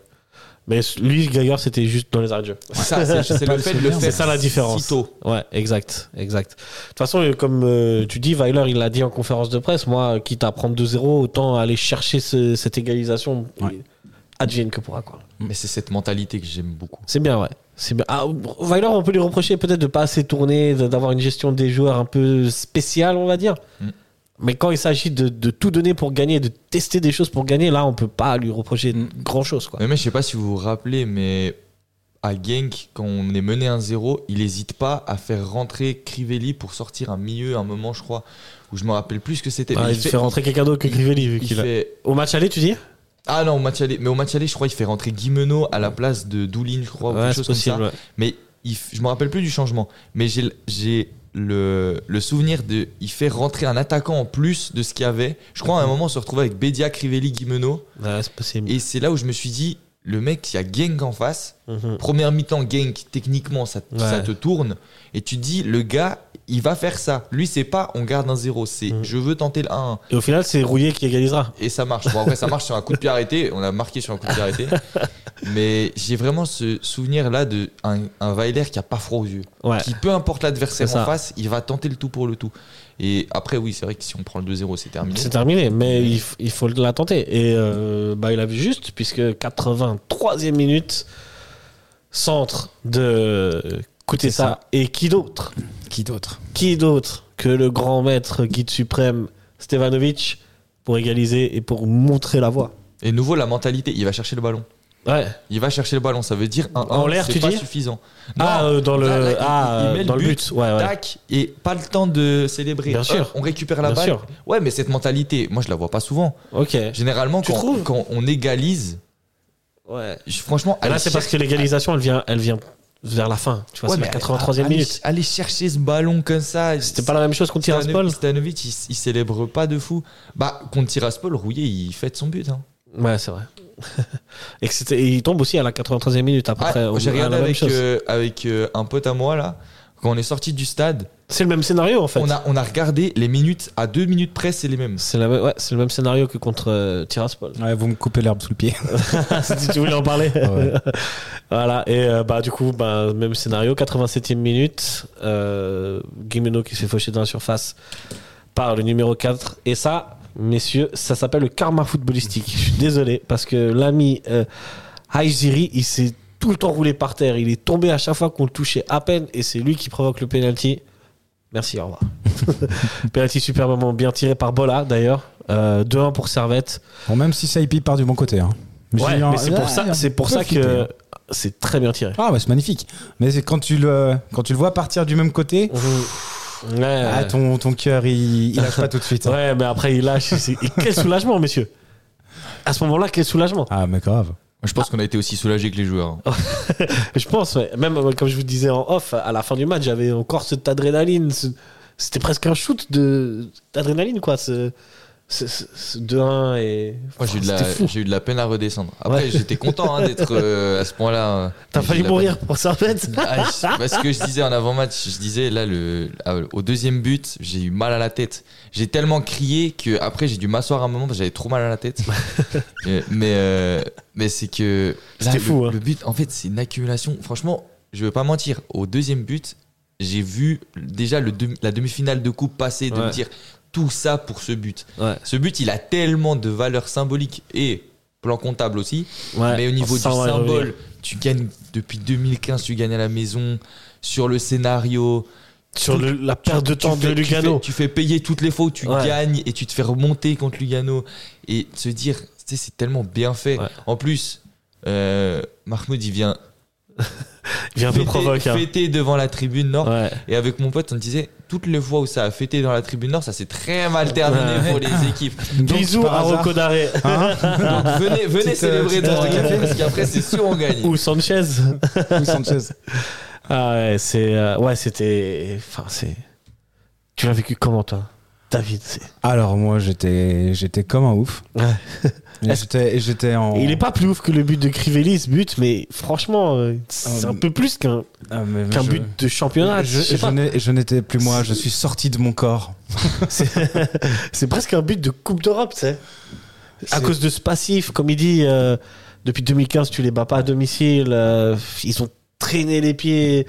[SPEAKER 1] mais lui, Geiger, c'était juste dans les arrêts de jeu.
[SPEAKER 3] C'est ça, c'est- c'est le fait de le faire.
[SPEAKER 1] C'est ça la différence.
[SPEAKER 3] si tôt.
[SPEAKER 1] Ouais, exact, exact. De toute façon, euh, comme euh, tu dis, Weiler, il l'a dit en conférence de presse, moi, quitte à prendre 2-0, autant aller chercher ce- cette égalisation.
[SPEAKER 2] Ouais.
[SPEAKER 1] Et Advienne que pourra, quoi.
[SPEAKER 3] Mais c'est cette mentalité que j'aime beaucoup.
[SPEAKER 1] C'est bien, ouais. C'est bien. Ah, Weiler, on peut lui reprocher peut-être de pas assez tourner, de- d'avoir une gestion des joueurs un peu spéciale, on va dire.
[SPEAKER 3] Mm.
[SPEAKER 1] Mais quand il s'agit de, de tout donner pour gagner, de tester des choses pour gagner, là, on peut pas lui reprocher
[SPEAKER 2] Mm.
[SPEAKER 1] grand-chose, quoi.
[SPEAKER 3] Mais, mais je sais pas si vous vous rappelez, mais à Genk, quand on est mené 1-0, il n'hésite pas à faire rentrer Crivelli pour sortir un milieu, un moment, je crois, où je me rappelle plus ce que c'était.
[SPEAKER 1] Ah,
[SPEAKER 3] mais
[SPEAKER 1] il fait rentrer quelqu'un d'autre que
[SPEAKER 3] il-
[SPEAKER 1] Crivelli, vu
[SPEAKER 3] il
[SPEAKER 1] qu'il a-
[SPEAKER 3] fait-
[SPEAKER 1] Au match aller, tu dis
[SPEAKER 3] Ah non, au match aller, mais au match aller, je crois, il fait rentrer Guimeno à la place de Doulin, je crois, ou quelque chose comme ça.
[SPEAKER 1] ouais.
[SPEAKER 3] Mais il f- je me rappelle plus du changement. Mais j'ai l- j'ai le, le souvenir de. Il fait rentrer un attaquant en plus de ce qu'il y avait. Je crois à un moment, on se retrouvait avec Bedia, Crivelli, Guimeno.
[SPEAKER 1] Ouais, c'est possible.
[SPEAKER 3] Et c'est là où je me suis dit, le mec, il y a Genk en face.
[SPEAKER 1] Mhm.
[SPEAKER 3] Première mi-temps, Genk, techniquement, ça,
[SPEAKER 1] Ouais.
[SPEAKER 3] ça te tourne. Et tu te dis, le gars, il va faire ça. Lui, c'est pas on garde un 0, c'est
[SPEAKER 1] Mhm.
[SPEAKER 3] je veux tenter le 1-1.
[SPEAKER 1] Et au final, c'est Rouillé qui égalisera.
[SPEAKER 3] Et ça marche. Bon, après, ça marche sur un coup de pied arrêté. On a marqué sur un coup de pied arrêté. Mais j'ai vraiment ce souvenir-là d'un un Weiler qui a pas froid aux yeux
[SPEAKER 1] Ouais.
[SPEAKER 3] qui peu importe l'adversaire
[SPEAKER 1] C'est ça.
[SPEAKER 3] en face, il va tenter le tout pour le tout. Et après, oui, c'est vrai que si on prend le 2-0, c'est terminé.
[SPEAKER 1] C'est terminé, mais il, f- il faut la tenter. Et euh, bah, il a vu juste, puisque 83e minute, centre de Écoutez
[SPEAKER 2] C'est
[SPEAKER 1] ça. Et qui d'autre
[SPEAKER 2] Qui d'autre
[SPEAKER 1] Qui d'autre que le grand maître guide suprême Stevanovic pour égaliser et pour montrer la voie
[SPEAKER 3] Et nouveau, la mentalité, il va chercher le ballon.
[SPEAKER 1] Ouais.
[SPEAKER 3] Il va chercher le ballon, ça veut dire un
[SPEAKER 1] En
[SPEAKER 3] 1,
[SPEAKER 1] l'air,
[SPEAKER 3] c'est
[SPEAKER 1] tu
[SPEAKER 3] pas
[SPEAKER 1] dis
[SPEAKER 3] suffisant.
[SPEAKER 1] ah,
[SPEAKER 3] Non,
[SPEAKER 1] euh, dans le,
[SPEAKER 3] là, là, il-
[SPEAKER 1] ah,
[SPEAKER 3] il
[SPEAKER 1] euh,
[SPEAKER 3] met le
[SPEAKER 1] dans le
[SPEAKER 3] but.
[SPEAKER 1] but. Ouais, ouais.
[SPEAKER 3] tac, et pas le temps de célébrer.
[SPEAKER 1] Bien
[SPEAKER 3] Hop,
[SPEAKER 1] sûr.
[SPEAKER 3] On récupère la
[SPEAKER 1] Bien
[SPEAKER 3] balle.
[SPEAKER 1] sûr.
[SPEAKER 3] Ouais, mais cette mentalité, moi, je la vois pas souvent.
[SPEAKER 1] Ok.
[SPEAKER 3] Généralement,
[SPEAKER 1] Tu
[SPEAKER 3] quand,
[SPEAKER 1] trouves
[SPEAKER 3] quand on égalise,
[SPEAKER 1] Ouais.
[SPEAKER 3] je- franchement,
[SPEAKER 1] Et là,
[SPEAKER 3] aller
[SPEAKER 1] c'est parce que
[SPEAKER 3] chercher-
[SPEAKER 1] l'égalisation, elle vient, elle vient vers la fin. Tu vois,
[SPEAKER 3] Ouais,
[SPEAKER 1] c'est
[SPEAKER 3] mais
[SPEAKER 1] la 83e
[SPEAKER 3] aller-
[SPEAKER 1] minute.
[SPEAKER 3] Aller chercher ce ballon comme ça.
[SPEAKER 1] C'était pas la même chose qu'on tire à ce bol
[SPEAKER 3] Stanovic, Stanovic, il, il célèbre pas de fou. Bah, contre Tiraspol, Rouillé, il fête son but. hein.
[SPEAKER 1] Ouais, c'est vrai. et, que c'était- et il tombe aussi à la 93e minute à peu
[SPEAKER 3] Ah,
[SPEAKER 1] près. on-
[SPEAKER 3] J'ai
[SPEAKER 1] à la
[SPEAKER 3] regardé
[SPEAKER 1] même
[SPEAKER 3] avec,
[SPEAKER 1] chose.
[SPEAKER 3] euh, avec euh, un pote à moi là. Quand on est sorti du stade,
[SPEAKER 1] C'est le même scénario en fait.
[SPEAKER 3] on, a, on a regardé les minutes à deux minutes près, c'est les mêmes.
[SPEAKER 1] C'est la même- ouais, c'est le même scénario que contre euh, Tiraspol.
[SPEAKER 2] ouais, Vous me coupez l'herbe sous le pied.
[SPEAKER 1] si tu voulais en parler.
[SPEAKER 2] Ouais.
[SPEAKER 1] voilà. Et euh, bah du coup, bah, même scénario, 87e minute. Euh, Guimeno qui se fait faucher dans la surface par le numéro 4. Et ça, messieurs, ça s'appelle le karma footballistique. Je suis désolé parce que l'ami euh, Haïziri, il s'est tout le temps roulé par terre. Il est tombé à chaque fois qu'on le touchait à peine et c'est lui qui provoque le penalty. Merci, au revoir. penalty superbement bien tiré par Bola d'ailleurs. Euh, 2-1 pour Servette.
[SPEAKER 2] Bon, même si Saipi part du bon côté. hein.
[SPEAKER 1] Ouais,
[SPEAKER 2] J'ai eu un-
[SPEAKER 1] mais c'est
[SPEAKER 2] Ah,
[SPEAKER 1] pour ça, c'est pour
[SPEAKER 2] peu
[SPEAKER 1] ça
[SPEAKER 2] flippé,
[SPEAKER 1] que
[SPEAKER 2] hein.
[SPEAKER 1] c'est très bien tiré.
[SPEAKER 2] Ah, bah, c'est magnifique. Mais c'est quand tu, le, quand tu le vois partir du même côté,
[SPEAKER 1] Ouais,
[SPEAKER 2] ah,
[SPEAKER 1] ouais.
[SPEAKER 2] ton, ton cœur, il, il lâche pas tout de suite. hein.
[SPEAKER 1] Euh. Ouais, mais après il lâche. c'est- et quel soulagement, messieurs À ce moment-là, quel soulagement
[SPEAKER 2] Ah, mais grave.
[SPEAKER 3] Je pense qu'on a été aussi soulagés que les joueurs.
[SPEAKER 1] Je pense, ouais. même euh, comme je vous disais en off, à la fin du match, j'avais encore cette adrénaline. ce- C'était presque un shoot de d'adrénaline, quoi. ce- c'est- c'est- c'est 2-1 et.
[SPEAKER 3] Moi, j'ai eu, de la-
[SPEAKER 1] C'était fou.
[SPEAKER 3] j'ai eu de la peine à redescendre. Après, j'étais content hein, d'être euh, à ce point-là. euh,
[SPEAKER 1] T'as
[SPEAKER 3] j'ai eu
[SPEAKER 1] failli
[SPEAKER 3] de la
[SPEAKER 1] mourir pour ça, en fait.
[SPEAKER 3] peine. Ah, je- parce que je disais en avant-match, je disais là, le, ah, au deuxième but, j'ai eu mal à la tête. J'ai tellement crié que après j'ai dû m'asseoir un moment parce que j'avais trop mal à la tête. Euh, mais euh, mais c'est que. là,
[SPEAKER 1] C'était
[SPEAKER 3] le-
[SPEAKER 1] fou, hein.
[SPEAKER 3] Le but, en fait, c'est une accumulation. Franchement, je veux pas mentir. Au deuxième but, j'ai vu déjà le demi- la demi-finale de coupe passer, de
[SPEAKER 1] Ouais.
[SPEAKER 3] me dire tout ça pour ce but.
[SPEAKER 1] Ouais.
[SPEAKER 3] Ce but, il a tellement de valeur symbolique et plan comptable aussi. mais au niveau du
[SPEAKER 1] ça, on va y revenir.
[SPEAKER 3] symbole, tu gagnes depuis 2015, tu gagnes à la maison, sur le scénario.
[SPEAKER 1] Sur le- la perte de
[SPEAKER 3] tu
[SPEAKER 1] temps
[SPEAKER 3] fais-
[SPEAKER 1] de
[SPEAKER 3] tu
[SPEAKER 1] Lugano.
[SPEAKER 3] fais- Tu fais, payer toutes les fautes, tu
[SPEAKER 1] Ouais.
[SPEAKER 3] gagnes et tu te fais remonter contre Lugano. Et te se dire, tu sais, c'est tellement bien fait.
[SPEAKER 1] Ouais.
[SPEAKER 3] En plus, euh, Mahmoud, il vient
[SPEAKER 1] Il vient un peu
[SPEAKER 3] fêter-
[SPEAKER 1] provoque. hein.
[SPEAKER 3] fêter devant la tribune nord.
[SPEAKER 1] Ouais.
[SPEAKER 3] Et avec mon pote, on disait, toutes les fois où ça a fêté dans la tribune nord, ça s'est très mal terminé
[SPEAKER 2] Ouais.
[SPEAKER 3] pour les équipes.
[SPEAKER 2] Donc,
[SPEAKER 1] Bisous
[SPEAKER 2] par
[SPEAKER 1] à
[SPEAKER 2] hasard-
[SPEAKER 1] Rocco Daré.
[SPEAKER 2] Hein
[SPEAKER 3] Donc venez, venez
[SPEAKER 2] Petite, euh,
[SPEAKER 3] célébrer
[SPEAKER 2] petite
[SPEAKER 3] dans
[SPEAKER 2] tasse
[SPEAKER 3] le
[SPEAKER 2] de
[SPEAKER 3] café
[SPEAKER 2] café.
[SPEAKER 3] parce qu'après c'est sûr on gagne.
[SPEAKER 1] Ou Sanchez.
[SPEAKER 2] Oui, Hein Sanchez.
[SPEAKER 1] Ah ouais, c'est euh, ouais, c'était enfin c'est tu l'as vécu comment toi David, c'est
[SPEAKER 2] Alors moi j'étais j'étais comme un ouf.
[SPEAKER 1] Ouais.
[SPEAKER 2] Et J'étais et j'étais en.
[SPEAKER 1] Et il est pas plus ouf que le but de Crivelli ce but mais franchement euh, c'est
[SPEAKER 2] Ah,
[SPEAKER 1] un peu plus qu'un
[SPEAKER 2] Ah, mais- mais
[SPEAKER 1] qu'un
[SPEAKER 2] je-
[SPEAKER 1] but de championnat,
[SPEAKER 2] Je,
[SPEAKER 1] je sais
[SPEAKER 2] je
[SPEAKER 1] pas.
[SPEAKER 2] n'ai- je n'étais plus moi, je suis sorti de mon corps.
[SPEAKER 1] c'est c'est presque un but de Coupe d'Europe, tu sais. À
[SPEAKER 2] C'est-
[SPEAKER 1] cause de ce passif comme il dit euh, depuis 2015 tu les bats pas à domicile, euh, ils ont traîné les pieds,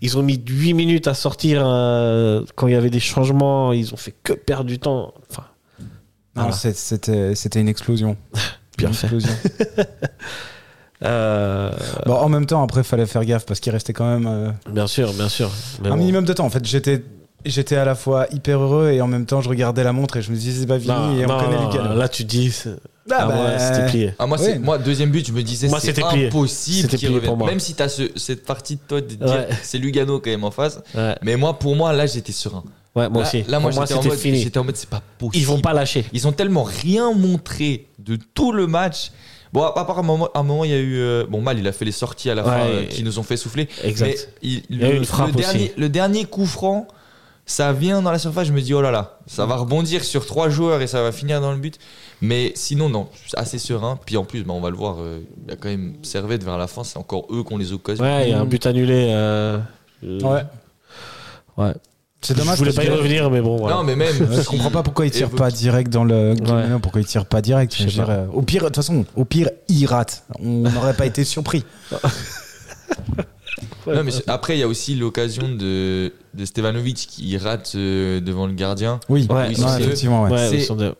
[SPEAKER 1] ils ont mis 8 minutes à sortir euh, quand il y avait des changements, ils ont fait que perdre du temps. Enfin,
[SPEAKER 2] Non,
[SPEAKER 1] Voilà.
[SPEAKER 2] c'est- c'était c'était une explosion.
[SPEAKER 1] Ah. Bien
[SPEAKER 2] Une
[SPEAKER 1] fait.
[SPEAKER 2] explosion.
[SPEAKER 1] euh,
[SPEAKER 2] Bon, en même temps, après, fallait faire gaffe parce qu'il restait quand même euh,
[SPEAKER 1] Bien sûr, bien sûr. Mais
[SPEAKER 2] un
[SPEAKER 1] bon.
[SPEAKER 2] minimum de temps. En fait, j'étais j'étais à la fois hyper heureux et en même temps, je regardais la montre et je me disais c'est pas fini
[SPEAKER 1] Non,
[SPEAKER 2] et
[SPEAKER 1] non,
[SPEAKER 2] on connaît
[SPEAKER 1] non,
[SPEAKER 2] Lucas.
[SPEAKER 1] Là, tu dis. c'est-
[SPEAKER 2] Ah,
[SPEAKER 1] Ah,
[SPEAKER 2] bah,
[SPEAKER 1] ouais, c'était plié.
[SPEAKER 3] Ah, moi, c'est-
[SPEAKER 2] Ouais.
[SPEAKER 3] moi, deuxième but, je me disais,
[SPEAKER 1] Moi,
[SPEAKER 3] c'est
[SPEAKER 1] c'était plié.
[SPEAKER 3] impossible
[SPEAKER 1] C'était
[SPEAKER 3] qu'il
[SPEAKER 1] plié
[SPEAKER 3] revienne.
[SPEAKER 1] pour moi.
[SPEAKER 3] Même si tu as cette partie de toi de dire,
[SPEAKER 1] Ouais.
[SPEAKER 3] c'est Lugano quand même en face.
[SPEAKER 1] Ouais,
[SPEAKER 3] Mais moi, pour moi, là, j'étais serein.
[SPEAKER 1] Ouais, moi
[SPEAKER 3] là,
[SPEAKER 1] aussi.
[SPEAKER 3] là, moi,
[SPEAKER 1] Pour moi,
[SPEAKER 3] j'étais en
[SPEAKER 1] c'était
[SPEAKER 3] mode,
[SPEAKER 1] fini.
[SPEAKER 3] j'étais en mode, c'est pas possible.
[SPEAKER 1] Ils vont pas lâcher.
[SPEAKER 3] Ils ont tellement rien montré de tout le match. Bon, à part un moment, un moment, il y a eu. euh, bon, Mal, il a fait les sorties à la
[SPEAKER 1] Ouais,
[SPEAKER 3] fin euh,
[SPEAKER 1] et-
[SPEAKER 3] qui nous ont fait souffler.
[SPEAKER 1] Exact.
[SPEAKER 3] Mais il,
[SPEAKER 1] y a eu une frappe
[SPEAKER 3] le dernier,
[SPEAKER 1] aussi.
[SPEAKER 3] le dernier coup franc, ça vient dans la surface. Je me dis, oh là là, ça va rebondir sur trois joueurs et ça va finir dans le but. Mais sinon, non, c'est assez serein. Puis en plus, bah, on va le voir, euh, il y a quand même Servette vers la fin. C'est encore eux qui ont les occasions.
[SPEAKER 1] Ouais, il y a un
[SPEAKER 2] Mm.
[SPEAKER 1] but
[SPEAKER 3] Hmm.
[SPEAKER 1] annulé. euh, euh,
[SPEAKER 2] Ouais.
[SPEAKER 1] ouais.
[SPEAKER 2] C'est dommage.
[SPEAKER 1] Je voulais
[SPEAKER 2] parce
[SPEAKER 1] pas y
[SPEAKER 2] que-
[SPEAKER 1] revenir, mais bon. voilà.
[SPEAKER 3] Non, mais même.
[SPEAKER 2] Ouais, je
[SPEAKER 3] si-
[SPEAKER 2] comprends pas pourquoi il tire
[SPEAKER 3] évoque-
[SPEAKER 2] pas direct dans le Guimeno, pourquoi il tire pas direct.
[SPEAKER 1] Je sais
[SPEAKER 2] Je veux
[SPEAKER 1] pas.
[SPEAKER 2] dire, euh, au pire, de toute façon, au pire, il rate. On n'aurait pas été surpris.
[SPEAKER 1] Ouais.
[SPEAKER 3] Non, mais c'est- après, il y a aussi l'occasion de, de Stevanovic qui rate euh, devant le gardien.
[SPEAKER 2] Oui,
[SPEAKER 1] Ouais.
[SPEAKER 2] non,
[SPEAKER 1] Oui, c'est-
[SPEAKER 2] effectivement, ouais.
[SPEAKER 1] Ouais,
[SPEAKER 3] c'est-
[SPEAKER 1] ils sont de-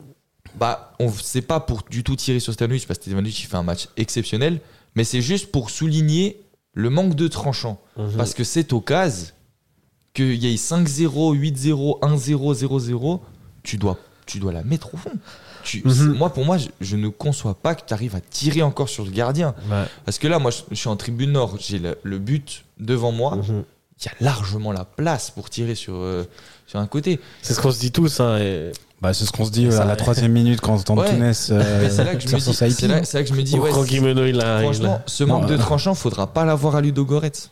[SPEAKER 3] Bah, on sait pas pour du tout tirer sur Stevanovic parce que Stevanovic il fait un match exceptionnel. Mais c'est juste pour souligner le manque de tranchant.
[SPEAKER 1] Mhm.
[SPEAKER 3] Parce que c'est au cas qu'il y ait 5-0, 8-0, 1-0, 0-0, tu dois, tu dois la mettre au fond. Tu-
[SPEAKER 1] Mhm.
[SPEAKER 3] c'est- Moi, pour moi, je, je ne conçois pas que tu arrives à tirer encore sur le gardien.
[SPEAKER 1] Ouais.
[SPEAKER 3] Parce que là, moi, je, je suis en tribune nord, j'ai le, le but devant moi.
[SPEAKER 1] Mhm.
[SPEAKER 3] Il y a largement la place pour tirer sur, euh, sur un côté.
[SPEAKER 1] C'est ce qu'on se dit tous. hein, et-
[SPEAKER 2] Bah, c'est ce qu'on se dit euh,
[SPEAKER 1] Ça-
[SPEAKER 2] à la troisième minute quand on entend
[SPEAKER 3] Ouais.
[SPEAKER 2] Tounes. euh,
[SPEAKER 3] Mais c'est là que je me
[SPEAKER 2] faire son
[SPEAKER 3] dis,
[SPEAKER 2] Saipi.
[SPEAKER 3] c'est là, c'est là que je me dis, ouais,
[SPEAKER 1] Rocky Meno, il a. il a-
[SPEAKER 3] franchement, ce manque
[SPEAKER 2] Non,
[SPEAKER 3] de
[SPEAKER 2] euh,
[SPEAKER 3] tranchant, faudra pas l'avoir à Ludo Goretz.